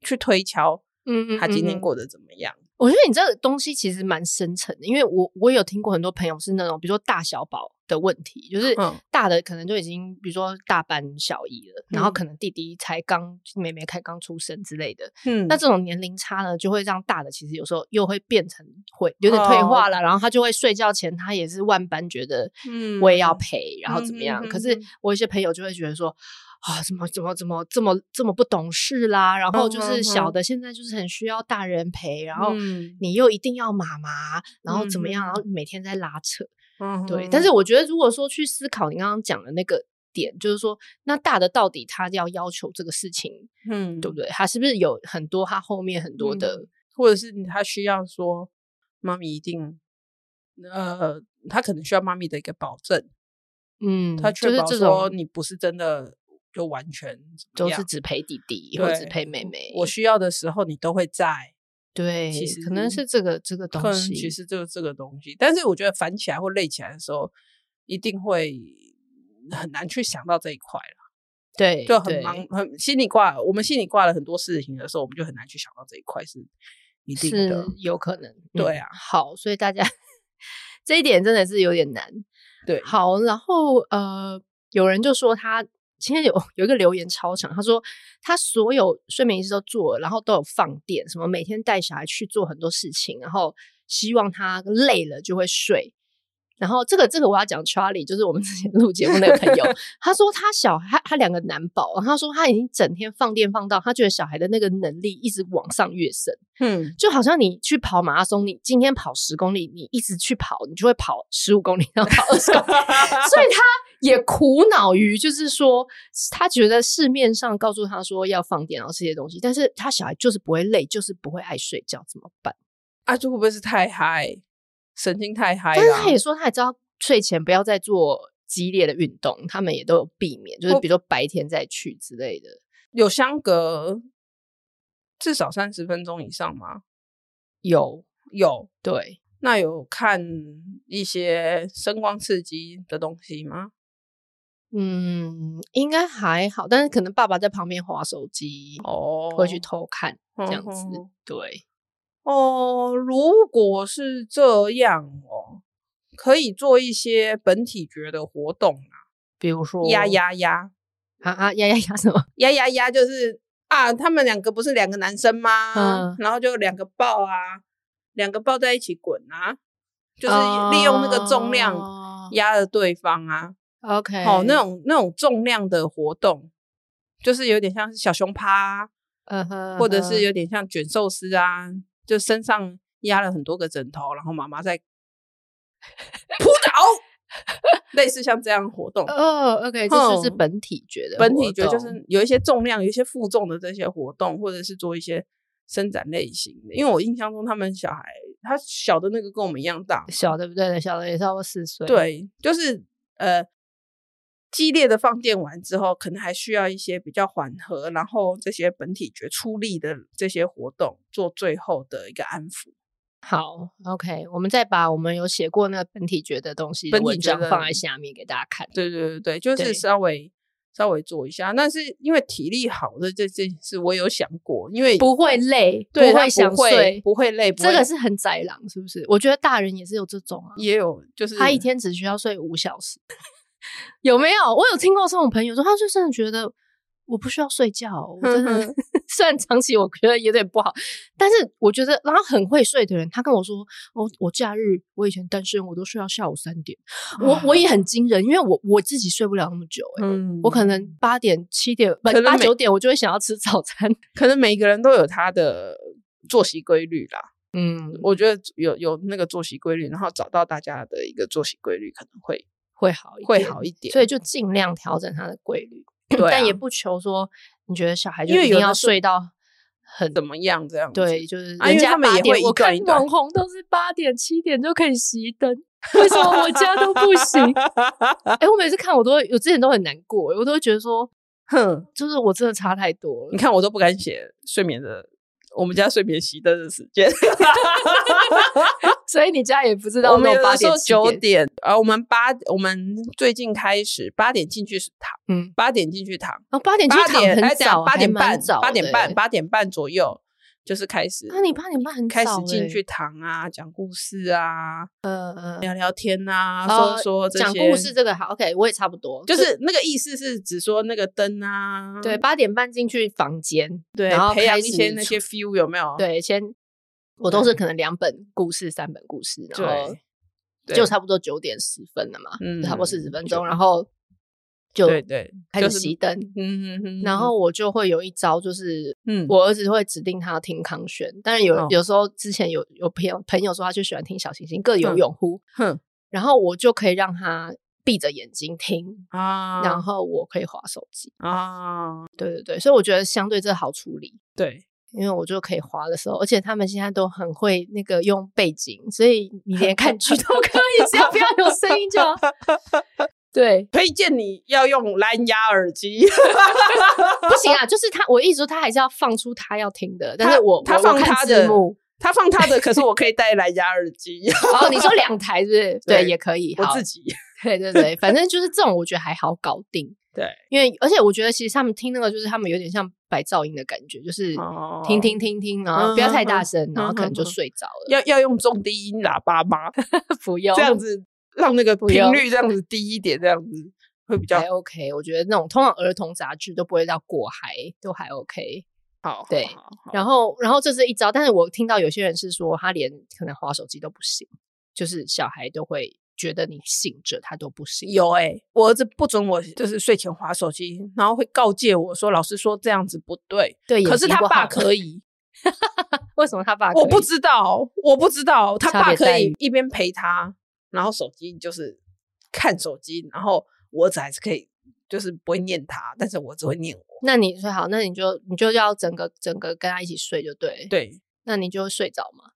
去推敲
嗯嗯，
他今
嗯
天
嗯
过得怎么样。
我觉得你这个东西其实蛮深层的，因为我我有听过很多朋友是那种，比如说大小宝的问题，就是
嗯
大的可能就已经，比如说大班小一了，然后
嗯
可能弟弟才刚妹妹才刚出生之类的，
嗯，
那这种年龄差呢，就会让大的其实有时候又会变成会有点退
哦
化了，然后他就会睡觉前他也是万般觉得
嗯
我也要陪，然后怎么
嗯
样？
哼
可
哼
是
哼
我一些朋友就会觉得说。啊，怎么怎么怎么这么这么不懂事啦？然后就
嗯
是
哼
小
哼
的现在就是很需要大人陪，然后
嗯
你又一定要妈妈，然后怎么样？
嗯
然后
哼
每天在拉扯，
嗯
对，
嗯
但是我觉得，如果说去思考你刚刚讲的那个点，就是说，那大的到底他要要求这个事情，
嗯
对不对？他是不是有很多他后面很多的？
嗯或者是他需要说妈咪一定，呃，他可能需要妈咪的一个保证。
嗯，
他
就
确
是
保
这
说
种
你不是真的就完全怎
都
么
是
样
只陪弟弟或者只
对
陪妹妹，
我需要的时候你都会在，
对，
其
可能
实
是这个这个
可
东
能
西，
其实就是这个东西。但是我觉得烦起来或累起来的时候，一定会很难去想到这一块了，
对
就很
对
忙，很心里挂。我们心里挂了很多事情的时候，我们就很难去想到这一块是一定的
是。有可能，嗯
对啊
好，所以大家 这一点真的是有点难。
对
好，然后呃，有人就说他今天有 有一个留言超长，他说他所有睡眠仪式都做了，然后都有放电，什么每天带小孩去做很多事情，然后希望他累了就会睡。然后这个这个我要讲 Charlie，就是我们之前录节目那个朋友，他说他小他他两个男宝，然后他说他已经整天放电放到他觉得小孩的那个能力一直往上跃升。
嗯，
就好像你去跑马拉松，你今天跑十公里，你一直去跑，你就会跑十五公里，然后跑二十公里。 所以他也苦恼于，就是说，他觉得市面上告诉他说要放电，然后这些东西，但是他小孩就是不会累，就是不会爱睡觉，怎么办？
啊，就会不会是太嗨，神经太嗨
但是
了啊？
他也说，他也知道睡前不要再做激烈的运动，他们也都有避免，就是
我
比如说白天再去之类的。
有相隔至少三十分钟以上吗？
有
有，
对，
那有看一些声光刺激的东西吗？
嗯，应该还好，但是可能爸爸在旁边划手机，
哦，
会去偷看这样子
嗯哼。
对，
哦。如果是这样哦，可以做一些本体觉的活动啊，
比如说
压压压
啊啊压压压什么？
压压压，就是啊，他们两个不是两个男生吗？
嗯
然后就两个抱啊，两个抱在一起滚啊，就是利用那个重量
哦
压着对方啊。
OK，
哦，那种那种重量的活动，就是有点像是小熊趴啊、
嗯哼，
或者是
嗯
有点像卷寿司啊，就身上压了很多个枕头，然后妈妈 在扑倒，类似像这样活动。
哦，OK，这就是
哼
本体觉的活动，
本体觉就是有一些重量、有一些负重的这些活动，或者是做一些伸展类型的。因为我印象中他们小孩，他小的那个跟我们一样大，
小，对不对？小的也超过四岁，，
对，就是呃，激烈的放电完之后，可能还需要一些比较缓和，然后这些本体觉出力的这些活动，做最后的一个安抚。
好，OK，我们再把我们有写过那个本体觉的东西的
本体
文
觉
章
的
放在下面给大家看。
对对对对，就
对
是稍微稍微做一下。但是因为体力好的这件事，我有想过，因为
不会累，
对
不
他
会想
不会
睡，
不会累不
这个
会
是很宅狼，是不是？我觉得大人也是有这种啊，
也有就是
他一天只需要睡五小时， 有没有？我有听过这种朋友说，他就真的觉得我不需要睡觉，哦我真
嗯哼
的 虽然长期我觉得有点不好，但是我觉得，然后很会睡的人，他跟我说，哦，我假日我以前单身，我都睡到下午三点，
啊
我我也很惊人，因为我我自己睡不了那么久、欸，
嗯
我可能八点、七点、不
可能
八
每
九点，我就会想要吃早餐。
可能每个人都有他的作息规律啦。
嗯，
我觉得有有那个作息规律，然后找到大家的一个作息规律，可能会
会好一
会
点
好一点。
所以就尽量调整它的规律，
对
但也
啊
不求说你觉得小孩就
因
一
为
定
有的
要
是
睡到很
怎么样这样子？
对，就是
啊
人
因为
家
他们
八
也
点，
会
我
一段
看
一段
网红都是八点七点就可以熄灯，为什么我家都不行？ 哎、我每次看我都会，我之前都很难过，欸我都会觉得说，
哼，
就是我真的差太多
你
了。
看我都不敢写睡眠的，我们家睡眠熄灯的时 间。
所以你家也不知
我
道
们
那
有
种八
的时
点
候
七
九，点，呃，我们八，我们最近开始八点进去躺，
嗯，
八点进去躺，
哦，八点就
八
躺
点哎
很
等下
早，
八
还
点
蛮
半
早，
八点半，
的欸啊
八点半左右就是开始。
那你八点半很
开始
早欸
进
嘞
去躺啊，讲故事啊，
呃
聊聊天啊，
呃
说说这些。
讲故事，这个好，OK，我也差不多，
就是那个意思是指说那个灯啊，
对，八点半进去房间，
对
然后，
培养
开
一些
始
那
出
些 feel 有没有？
对，先我都是可能两本故事、三本故事，然后
嗯对对
就差不多九点十分了嘛，
嗯
差不多四十分
就
钟，然后就
对对，
开
就
始
是
熄灯。
嗯嗯嗯，
然后我就会有一招，就是
嗯
我儿子会指定他要听康轩，但是有、
哦
有时候之前有有朋友朋友说他就喜欢听小星星，各有
嗯
拥护，
哼
然后我就可以让他闭着眼睛听，
啊，
然后我可以划手机，
啊，
对对对，所以我觉得相对这好处理，
对，
因为我就可以滑的时候，而且他们现在都很会那个用背景，所以你连看剧都可以，只要不要有声音就 好。对，
推荐你要用蓝牙耳机，
不行啊，就是他，我一直说他还是要放出他要听的，但是我
他
我
放
我看
他
字
的
幕，
他放他的，可是我可以戴蓝牙耳机，
哦，你说两台是不是？对，
对
也可以，
我
好
自，己
对对对，反正就是这种，我觉得还好搞定，
对，
因为而且我觉得其实他们听那个，就是他们有点像白噪音的感觉，就是
哦嗯
听听听听，然后不要太大声，然后可能就
嗯嗯嗯
睡着了，
要要用重低音喇叭吗？
不用
这样子让那个
不
频
用
率这样子低一点，这样子会比较
还 OK，我觉得那种通常儿童杂志都不会到过海，都还 OK。
好。好
对
好好
然后，然后这是一招，但是我听到有些人是说他连可能划手机都不行，就是小孩都会觉得你醒着他都不行。
有哎、我儿子不准我就是睡前划手机，然后会告诫我说：“老师说这样子不对。”
对，
可是他爸
以，
可以，
为什么他爸可以
我不知道，我不知道他
差
爸
别
可
待
以
遇
一边陪他，然后手机就是看手机，然后我儿子还是可以，就是不会念他，但是我只会念我。
那你说好，那你就你就要整个整个跟他一起睡就对了。，
对，
那你就会睡着嘛，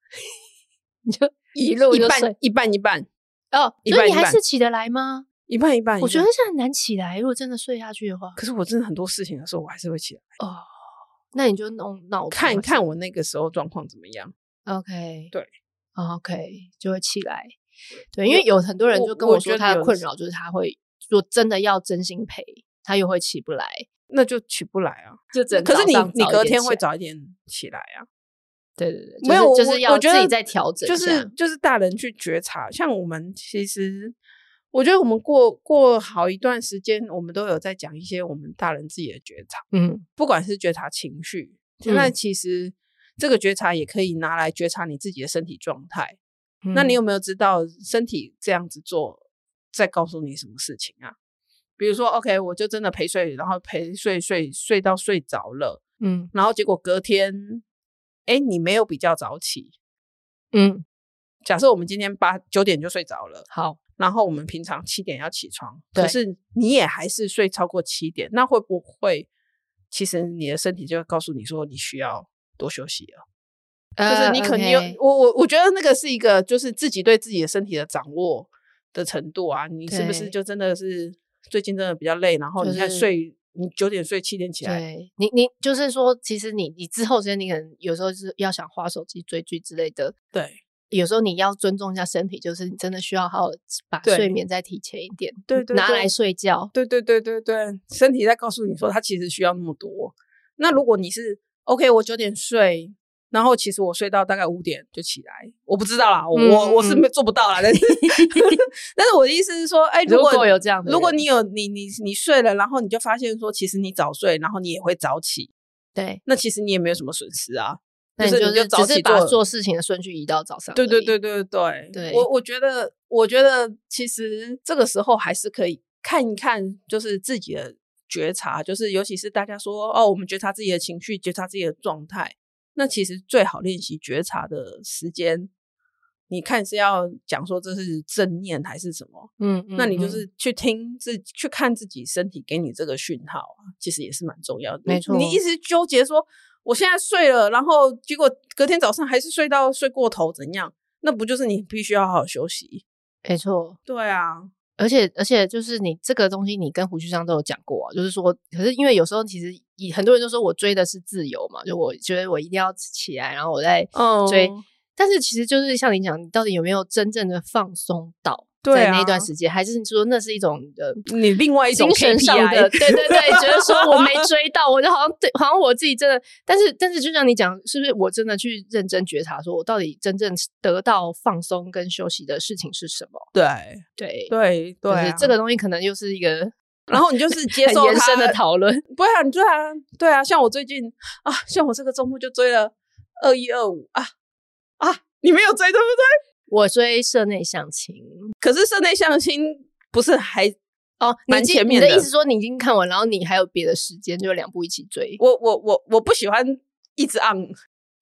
你就一路
一
就睡
半一半一半，
哦，
一
所以
半
你
一
还
半
是起得来吗？
一半一半。
我觉得
一半，
是很难起来，如果真的睡下去的话，
可是我真的很多事情的时候，我还是会起来
哦，那你就弄闹钟啊
看
还
一
是
看我那个时候状况怎么样。
OK，哦
对
，OK 就会起来。对，因为有很多人
我
就跟
我
我
觉
说
得
他的
有
困
时
扰就是他会，如果真的要真心陪，他又会起不来，
那就起不来啊！
就只能
可是
早
你
上
你
早一
隔
点
天
起
会
来，
早一点起来啊！
对对对，
没有，
就是就
我
是要
我觉
自己
得
再调整一
就
下，
是就是大人去觉察。像我们其实，我觉得我们过过好一段时间，我们都有在讲一些我们大人自己的觉察，
嗯
不管是觉察情绪，那
嗯
其实这个觉察也可以拿来觉察你自己的身体状态。那你
嗯
有没有知道身体这样子做在告诉你什么事情啊？比如说，OK，我就真的陪睡，然后陪睡睡睡到睡着了，
嗯
然后结果隔天哎，你没有比较早起。
嗯，
假设我们今天八九点就睡着了，
好，
然后我们平常七点要起床，
对
可是你也还是睡超过七点，那会不会其实你的身体就会告诉你说你需要多休息了？就是你可能有、
呃 OK
我我我觉得那个是一个就是自己对自己的身体的掌握的程度啊，你是不是
对
就真的是最近真的比较累，然后
就
你看
是
睡、你九点睡七点起来，
对你，你就是说，其实你你之后时间，你可能有时候是要想花手机追剧之类的，
对
有时候你要尊重一下身体，就是你真的需要好好把
对
睡眠再提前一点，
对对
拿
对
来睡觉。
对对对对对，身体在告诉你说它其实需要那么多。那如果你是 OK，我九点睡，然后其实我睡到大概五点就起来，我不知道啦，我、
嗯
我我是没做不到啦，但是但是我的意思是说，哎、
如
果
果有这样的人，
如果你有你你你睡了，然后你就发现说，其实你早睡，然后你也会早起，
对，
那其实你也没有什么损失啊。
那你
就是你
是
就早
只
起
是把
做
做事情的顺序移到早上而
对
已。
对对对对，
对
我我觉得，我觉得其实这个时候还是可以看一看，就是自己的觉察，就是尤其是大家说哦，我们觉察自己的情绪，觉察自己的状态，那其实最好练习觉察的时间，你看是要讲说这是正念还是什么？
嗯，嗯，
那你就
嗯
是去听自己去看自己身体给你这个讯号啊，其实也是蛮重要的。
没
你
错
你一直纠结说我现在睡了，然后结果隔天早上还是睡到睡过头，怎样？那不就是你必须要好好休息？
没错。
对啊，
而且而且就是你这个东西，你跟胡旭章都有讲过啊，就是说，可是因为有时候其实以很多人都说我追的是自由嘛，就我觉得我一定要起来，然后我再
嗯
追。但是其实就是像你讲，你到底有没有真正的放松到
对
在
啊
那一段时间，还是你说那是一种呃
你另外一种
精神上
KPI
的，对对对，觉得说我没追到，我就好像对，好像我自己真的，但是但是就像你讲，是不是我真的去认真觉察，说我到底真正得到放松跟休息的事情是什么？
对
对，
对对
就是
啊，
这个东西可能又是一个
然后你就是接
很
受
延
它
伸的讨论。
不会啊，对啊，对啊，像我最近啊，像我这个周末就追了二一二五啊啊，你没有追对不对？
我追室内相亲
可是室内相亲不是还
哦，你
蛮
已经
前面
你
的
的意思说你已经看完，然后你还有别的时间，就两部一起追
我我我我不喜欢一直按，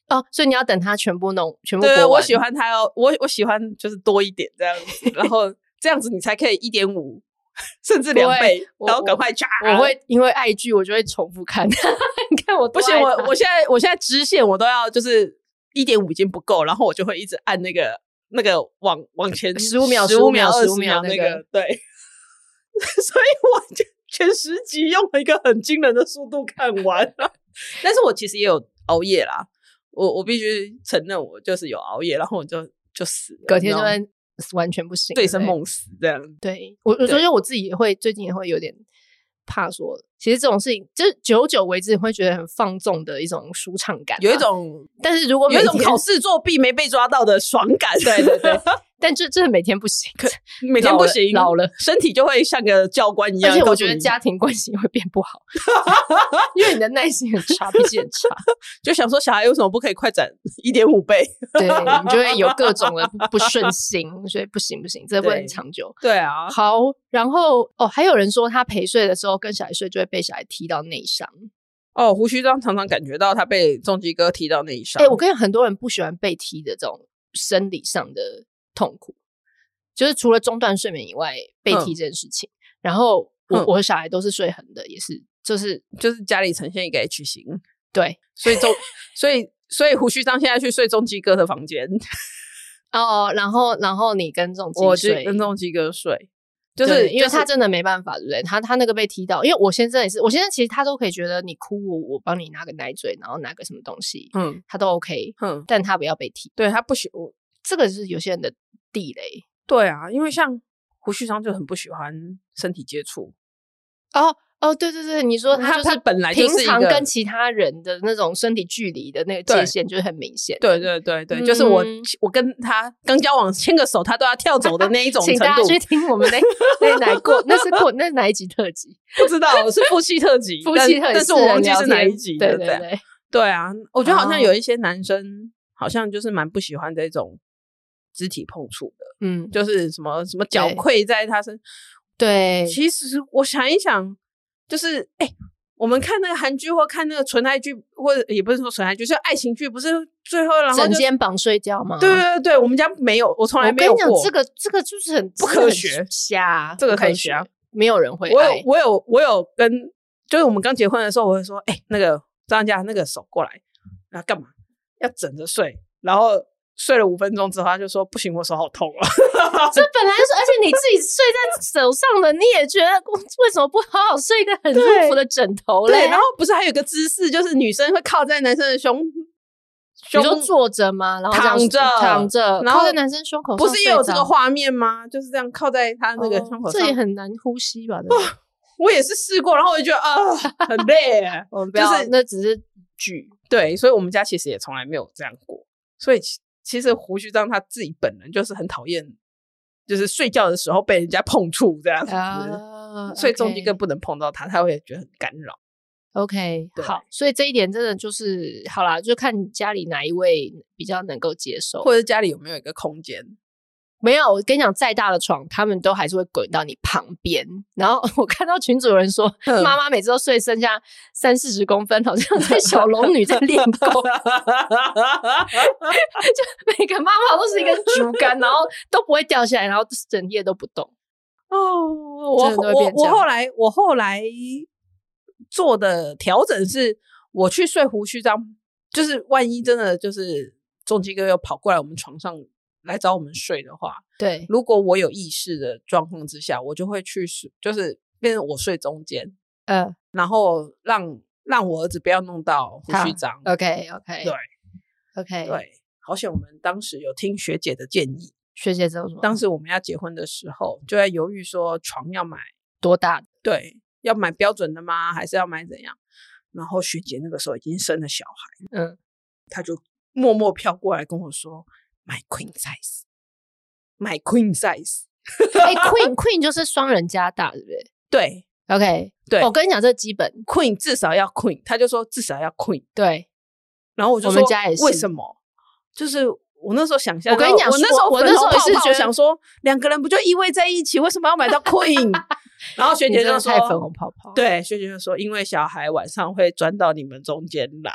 哦，所以你要等他全部弄全部
对，
播
我
完
喜欢他要我我喜欢就是多一点这样子，然后这样子你才可以一点五甚至两倍，
我
然后赶快加。
我会因为爱剧，我就会重复看。 你看我
不
多
行，
爱
我
它
我现在我现在支线我都要就是一点五已经不够，然后我就会一直按那个那个往往前
15秒
十五
15
秒
秒
二十
15秒
那
那
个
个
对， 所以我就前十集用了一个很惊人的速度看完， 但是我其实也有熬夜啦，我我必须承认我就是有熬夜，然后我就就死了，
隔天
你
就
知道吗
会完全不行，
醉生
对不对
梦死这样。
对我，我
对
觉得我自己也会最近也会有点怕说，其实这种事情就是久久为之，会觉得很放纵的一种舒畅感啊，
有一种
但是如果
有一
每
种
天
考，试作弊没被抓到的爽感，对对对，
但这这每天不行，
每天
老
不
了
行，
老了
身体就会像个教官一样。
而且
告
我
诉
觉得
你
家庭关系会变不 好，因为你的耐心很差，脾气很差，
就想说，小孩为什么不可以快展 一点五倍？
对你就会有各种的不不顺心，所以不行不行，这不
对
能长久。
对啊，
好，然后哦，还有人说他陪睡的时候跟小孩睡就会被小孩踢到内伤。
哦，胡须章常常感觉到他被重击哥踢到那一上。
哎、我跟你讲，很多人不喜欢被踢的这种生理上的痛苦，就是除了中断睡眠以外，被
嗯
踢这件事情。然后我、
嗯
我小孩都是睡横的，也是就是
就是家里呈现一个 H 型，
对
所以中，所以所以胡须章现在去睡重击哥的 房间，
哦，然后然后你跟这种
我
击
去
睡
跟重击哥睡，就
对
是
因为他
就是
真的没办法，对不对？他他那个被踢到，因为我先生也是，我先生其实他都可以觉得你哭我，我帮你拿个奶嘴，然后拿个什么东西，
嗯
他都 OK，
嗯，
但他不要被踢。
对他不喜，我
这个就是有些人的地雷
对啊，因为像胡须章就很不喜欢身体接触，
哦哦，对对对，你 说
他
就是
他本来就
平
是一
常
个
跟其他人的那种身体距离的那个
对
界限就是很明显。
对对对对，就是我
嗯
我跟他刚交往牵个手，他都要跳走的那一种程
请大家
度
去，听我们 那那哪过那是过那是哪一集特辑？
不知道是夫妻特辑，
夫
但
妻特辑，
但是
四
我
人
忘记
聊
是哪
天
一集
对
的，
对
这样
对，
对啊，我觉得好像
哦
有一些男生好像就是蛮不喜欢这种肢体碰触的，
嗯，
就是什么什么脚
对
跪在他身。
对，
其实我想一想，就是哎、我们看那个韩剧或看那个纯爱剧，或者也不是说纯爱剧，是爱情剧，不是最后然后
整
就
间绑睡觉吗？
对对对对，我们家没有，我从来
我
没
跟你
有
讲
过，
这个这个就是很
不科学
瞎，
这个
不科
科学啊，
没有人会
我
爱
有。我有我有跟，就是我们刚结婚的时候，我会说，哎、那个张家那个手过来，然后干嘛？要枕着睡，然后睡了五分钟之后，他就说不行，我手好痛啊。
这本来是，而且你自己睡在手上的，你也觉得我为什么不好好睡一个很舒服的枕头嘞？
对，然后不是还有个姿势，就是女生会靠在男生的胸，
你
胸
就坐着吗？然后这样
躺着
躺着，
然后
靠在男生胸口上
不是也有这
睡着
个画面吗？就是这样靠在他那个
哦
胸口上。
这也很难呼吸吧？ 对不对
我也是试过，然后我就觉得啊、很累耶。
我们不
就
要，
是
那只是剧。
对，所以我们家其实也从来没有这样过。所以其其实胡须章他自己本人就是很讨厌，就是睡觉的时候被人家碰触这样子。
啊
所以中基哥不能碰到他，他会觉得很干扰。
OK，
对
好，所以这一点真的就是好啦，就看家里哪一位比较能够接受。
或者家里有没有一个空间？
没有，我跟你讲，再大的床，他们都还是会滚到你旁边。然后 我看到群主有人说，
嗯
妈妈每次都睡剩下三四十公分，好像在小龙女在练功。 每个妈妈都是一 根竹竿，然后都不会掉下来，然后整夜都不动。
哦，我
真的都会
我
变这
我
样
后来我后来做的调整是，我去睡胡须章，就是万一真的就是重基哥又跑过来我们床上来找我们睡的话，
对，
如果我有意识的状况之下，我就会去睡，就是变成我睡中间，
呃
然后让让我儿子不要弄到胡须
他
章。
，OK OK，
对
，OK，，
对，好险我们当时有听学姐的建议，
学姐这种什么
当时我们要结婚的时候就在犹豫说床要买。
多大？
对，要买标准的吗？还是要买怎样？然后学姐那个时候已经生了小孩，
嗯，
默默飘过来跟我说买 queen size，买 queen size。
哎、q u e e n Queen 就是双人加大，对不对
对
？OK，
对、
我跟你讲，这是基本。
queen 至少要 queen，他就说至少要 queen。
对，
然后我就
我
说
们家也
为
是
什么？就是我那时候想象
我
到，
跟你讲
我那时候
我我
粉
那时
红
候也
泡
是
泡
觉得
想说两个人不就依偎在一起，为什么要买 到 queen？然 后学
你
姐
真
就
的
说
太粉红泡泡。
对，学姐就说因为小孩晚上会钻到你们中间来。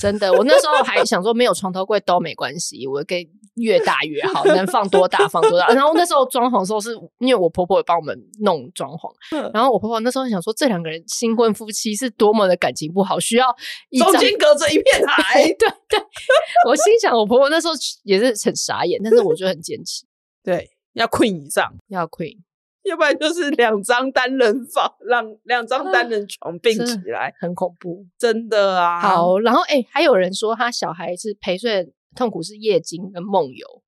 真的，我那时候还想说没有床头柜都没关系，我给越大越好，能放多大放多大。然后那时候装潢的时候是因为我婆婆有帮我们弄装潢，
嗯
然后我婆婆那时候想说这两个人新婚夫妻是多么的感情不好，需要一张
中。间隔着一片海
对。 对对，我心想我婆婆那时候也是很傻眼，但是我就很坚持
对，要 queen 以上，
要 queen，
要不然就是两张单人房，让两张单
啊
人床并
真
起
的
来，
很恐怖。
真的啊。，
好，然后哎、还有人说他小孩是陪睡的痛苦是夜惊跟梦游，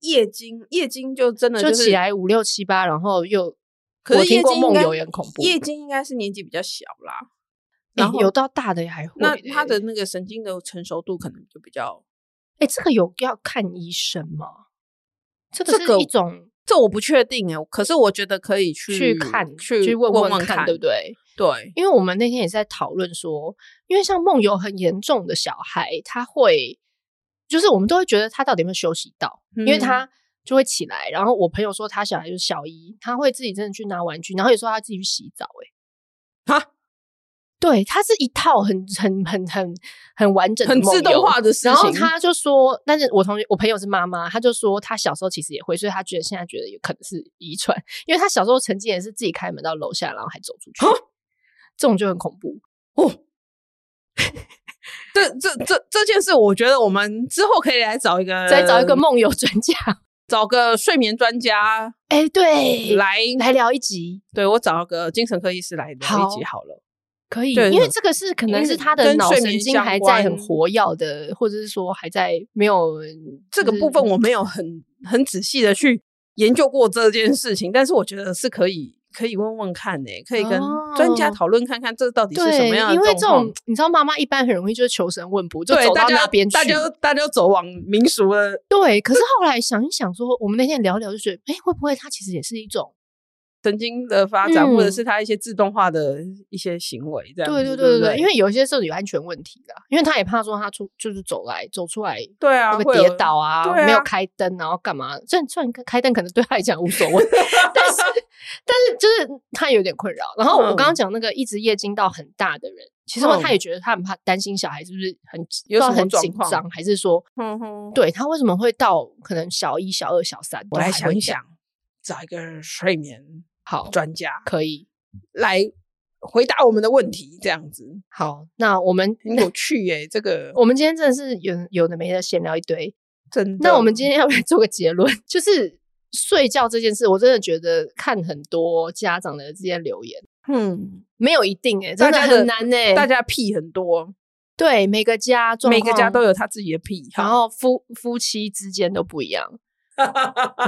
夜惊，夜惊就真的
就是起，来五六七八，然后又
可
我
是
听
夜
过
惊
梦
应该
游也很恐怖，
夜惊应该是年纪比较小啦，
然
然
后、
后
有到大的还会
那
欸
他的那个神经的成熟度可能就比较，
哎、这个有要看医生吗？这个
这
是
个
一种
这我不确定哎，可是我觉得可以去
去看
去
问
问
看，对不？对？
对，
因为我们那天也是在讨论说，因为像梦游很严重的小孩，他会就是我们都会觉得他到底有没有休息到，因为
嗯
他就会起来。然后我朋友说他小孩就是小一，他会自己真的去拿玩具，然后有时候他自己去洗澡、欸，
哈，
对，它是一套很很很很很完整的
很自
梦游
动化的事情。
然后他就说，但是我同学我朋友是妈妈，他就说他小时候其实也会，所以他觉得现在觉得有可能是遗传，因为他小时候曾经也是自己开门到楼下，然后还走出去，这种就很恐怖。
哦，这这这这件事，我觉得我们之后可以来找一个，
再找一个，梦游专 家，
找个睡眠专家
哎、对，
来。
来聊一集，
对我找个精神科医师来聊一集好了。
可以，
对
因为这个是可能是他的
跟
脑
睡
神
眠
经
相
还在很
关
活跃的，或者是说还在没有
这个部分我没有很很仔细的去研究过这件事情，但是我觉得是可以可以问问看呢、可以跟专家
哦
讨论看看这到底是什
对
么样，的
因为这
状况
种你知道，妈妈一般很容易就是求神问卜，就
对
走
大
到
家
那边去。
大家大家走往民俗的
对，可是后来想一想说，我们那天聊一聊，就觉得，哎，会不会它其实也是一种？
神经的发展，或者
嗯
是他一些自动化的一些行为，这样
对
子
对
对
对
不
对，因为有一些是有安全问题啦，因为他也怕说他出就是走来走出来
对啊，
会不
会
会
有
跌倒啊，
对
没有
啊
开灯，然后干嘛？虽然虽然开灯可能对他来讲无所谓，但是但是就是他有点困扰。然后我
嗯
刚刚讲那个一直夜惊到很大的人，其实
嗯
他也觉得他很怕担心小孩是不是很
有什么
很
状
紧
况嗯
张，还是说
哼哼，
对他为什么会到可能小一、小二、小三？
我
都
来
还
想
会
一
这样，
想，找一个睡眠
好，
专家
可以，
来回答我们的问题，这样子
好，那我们
很有趣耶、这个
我们今天真的是有有的没的闲聊一堆。
真的。哦
那我们今天要不要做个结论？ 就是睡觉这件事，我真的觉得看很多家长的这些留言，
嗯，
没有一定哎、
大
真的
家的
很难哎、
大家屁很多，
对每个家状
每个家
况
都有他自己的癖
然后
好，
夫夫妻之间都不一 样，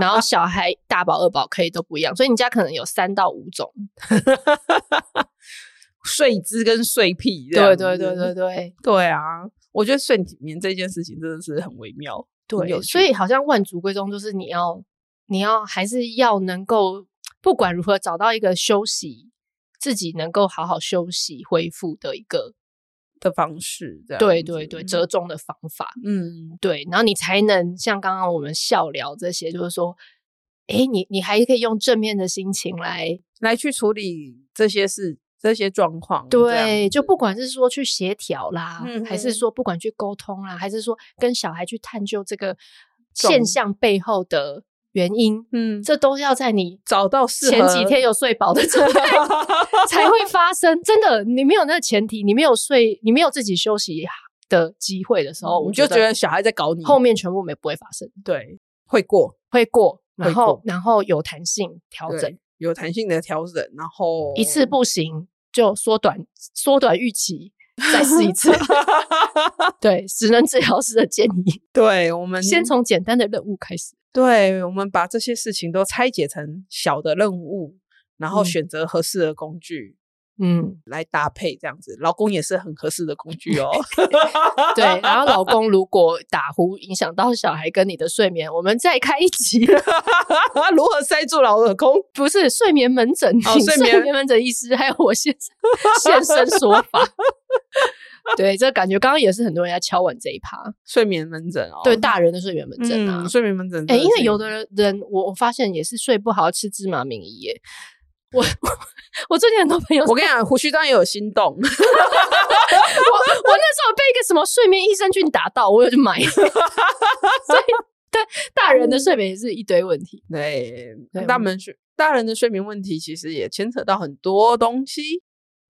然后小孩大宝二宝可以都不一样，所以你家可能有三到五种。
睡姿跟睡癖这样
对
子，
对对对对
对啊！我觉得睡眠这件事情真的是很微妙，很有
对，
趣
所以好像万族归宗，就是你要你要还是要能够不管如何找到一个休息，自己能够好好休息恢复的一个
的方式，这样
对对对
子
折中的方法。
嗯，
对，然后你才能像刚刚我们笑聊这些，就是说，哎，你你还可以用正面的心情来
来去处理这些事、这些状况，嗯这样
对，就不管是说去协调啦，
嗯
还
哼
是说不管去沟通啦，还是说跟小孩去探究这个
状
现象背后的原因，
嗯，
这都要在你
找到适
前几
合
天有睡饱的状 态才会发生。真的，你没有那个前提，你没有睡，你没有自己休息的机会的时 候，我
嗯你就
觉
觉得小孩在搞你，
后面全部没不会发生，
对会过
会过，
会
然后
过
然后有弹性调整。
对有弹性的调整，然后
一次不行就缩短缩短预期，再试一 次。对，职能治疗师的建议，
对，我们
先从简单的任务开始。
对，我们把这些事情都拆解成小的任务，然后
嗯
选择合适的工具。
嗯，
来搭配这样子，老公也是很合适的工具哦。
对。然后老公如果打呼影响到小孩跟你的睡眠，我们再开一集，
如何塞住老公？
不是睡眠门诊，
哦
请
睡
睡
眠
眠门诊医师还有我现现身说法。 对，这感觉刚刚也是很多人在敲碗这一趴，
睡眠门诊哦，
对大人的睡眠门诊啊
嗯，，睡眠门诊真的
哎、
是一
因
个。
为有的人，我我发现也是睡不好，吃芝麻名医耶。我我最近很多朋友，我
我跟你讲，胡须章也有心动，
我那时候被一个什么睡眠益生菌打到，我有去买。 所以对大人的睡眠也是一堆问题。
对
对，
大
我们
门睡大人的睡眠问题其实也牵扯到很多东西，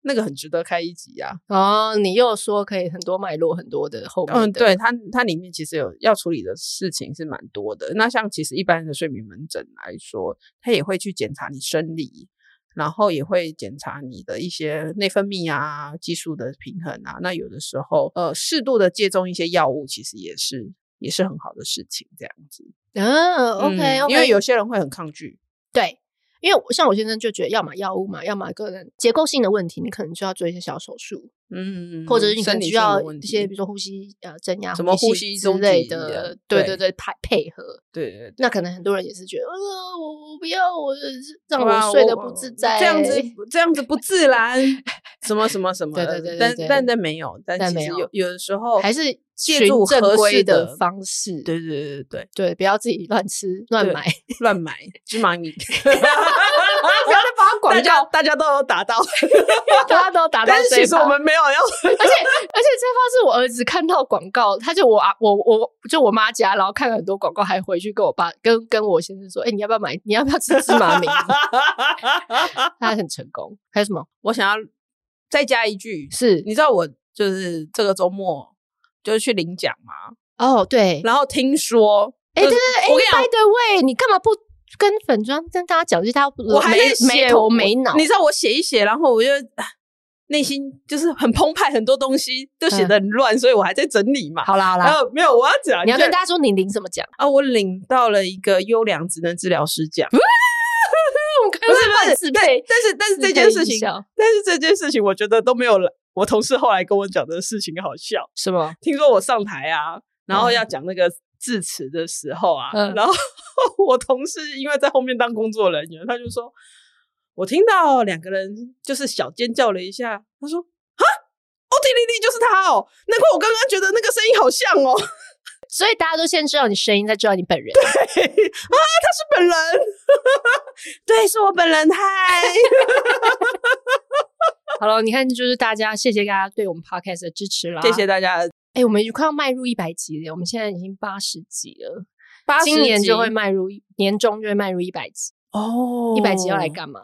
那个很值得开一集啊。
哦，你又说可以很多脉络，很多的后面
嗯，
的
对，它它里面其实有要处理的事情是蛮多的。那像其实一般的睡眠门诊来说，它也会去检查你生理，然后也会检查你的一些内分泌啊、激素的平衡啊。那有的时候，呃，适度的借重一些药物，其实也是也是很好的事情。这样子
嗯，OK，,
嗯
o k
因为有些人会很抗拒。
对，因为我像我先生就觉得，要么药物嘛，要么个人结构性的问题，你可能就要做一些小手术。
嗯，
或者是你可
生
能
理
需
上的
要
问
一些，
题
比如说呼吸呃增压、
什么呼吸
吸之
中
类
止一样
的，对对
对
对，配配合。
对对对
那可能很多人也是觉得，呃，我我不要，我让
对啊
我睡得不自在，
这样子这样子不自然，什么什么什么
对对
的
对对
但
对
但但没有，但
但
其
没
实
有
有有的时候
还是
借
循
助
正
合
规
适
的
的，
方式，
对对对对对，
对，不要自己乱吃乱
对
买，
乱买芝麻米，
不要再帮
大
广
家
告，
大家都有打到，
大家都打到
但是
这一
其实我
趴
们没有要，
而且而且这方是我儿子看到广告，他就我啊我我就我妈家，然后看了很多广告，还回去跟我爸跟跟我先生说，哎、你要不要买？你要不要吃芝麻 米？他很成功。还有什么？
我想要再加一句，
是
你知道我就是这个周末就是去领奖嘛，
哦，对，
然后听说，
哎、
就
对
是
对，
我
对哎
跟你讲，
，by the way，你干嘛不跟粉妆跟大家讲？就是他
我还在
没没
写
头
我
没脑
你，知道我写一写，然后我就啊内心就是很澎湃，很多东西都写
嗯
的很乱，所以我还在整理嘛。
好啦好
然
啦，
后没有，我要讲，
你要
就
跟大家说你领什 么奖？
啊，我领到了一个优良职能治疗师奖，不
不是
是不是，但
配，
但是但是这件事情，但是这件事情，我觉得都没有人我同事后来跟我讲的事情好笑。
什么？
听说我上台啊，然后
嗯
要讲那个致辞的时候啊，
嗯
然后 我同事因为在后面当工作人员，他就说，我听到两个人就是小尖叫了一下，他说啊，欧提丽丽就是他哦，难怪我刚刚觉得那个声音好像哦，
所以大家都先知道你声音，再知道你本人。
啊，他是本人， 对，是我本人嗨。
好了，你看，就是大家谢谢大家对我们 podcast 的支持啦，
谢谢。大家，
哎、我们快要迈入一百集了，我们现在已经八十集了，
80
今年
集
就会迈入年终就会迈入一百集，
哦
一百集要来干嘛？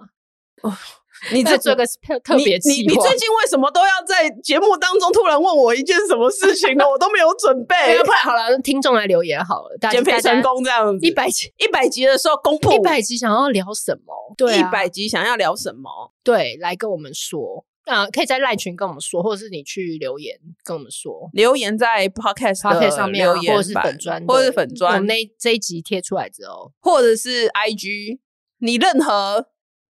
你
再
这
做个特特别
你
计
你你
划。
最近为什么都要在节目当中突然问我一件什么事情呢？我都没有 准备。
哎不然好了，听众来留言好了，大家
减肥成功这样子，
一百集
一百集的时候公布
一百集想要聊什么？对、啊，
一百集想要聊什么？
对，来跟我们说。啊、可以在赖群跟我们说，或者是你去留言跟我们说。
留言在 podcast 的
Podcast 上面、啊，
留言
或者是
板
粉砖的，
或者是粉
我
砖
们，那一这一集贴出来之后，
或者是 IG，你任何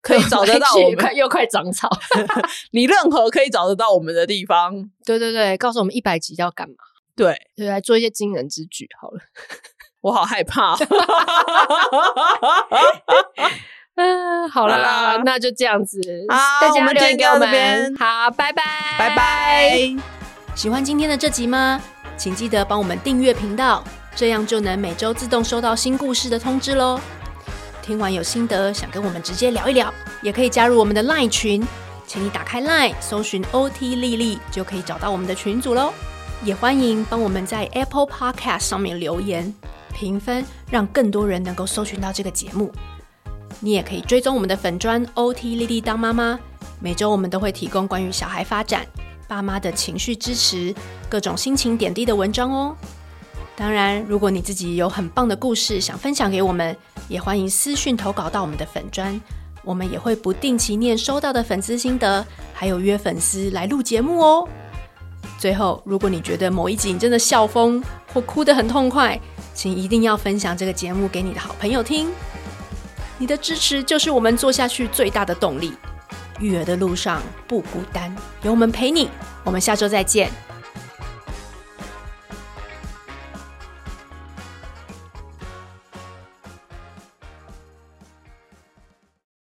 可以 找得到我
又快
们，
又快长草。
你任何可以找得到我们的地方。
对对对，告诉我们一百集要干嘛？
对
对，来做一些惊人之举好了。
我好害怕。哦
嗯，好
好
啦，
啦
那就这样子。
好
大
我
家
们
留言
今天
给
就
我
到这
们。
边
好，拜拜，
拜拜。
喜欢今天的这集吗？请记得帮我们订阅频道，这样就能每周自动收到新故事的通知喽。听完有心得，想跟我们直接聊一聊，也可以加入我们的 LINE 群，请你打开 LINE 搜寻 OT 丽丽，就可以找到我们的群组喽。也欢迎帮我们在 Apple Podcast 上面留言评分，让更多人能够搜寻到这个节目。你也可以追踪我们的粉砖 OT 丽丽当妈妈，每周我们都会提供关于小孩发展、爸妈的情绪支持、各种心情点滴的文章哦。当然，如果你自己有很棒的故事想分享给我们，也欢迎私讯投稿到我们的粉砖，我们也会不定期念收到的粉丝心得，还有约粉丝来录节目哦。最后，如果你觉得某一集你真的笑疯或哭得很痛快，请一定要分享这个节目给你的好朋友听。你的支持就是我们做下去最大的动力。育儿的路上不孤单，有我们陪你。我们下周再见，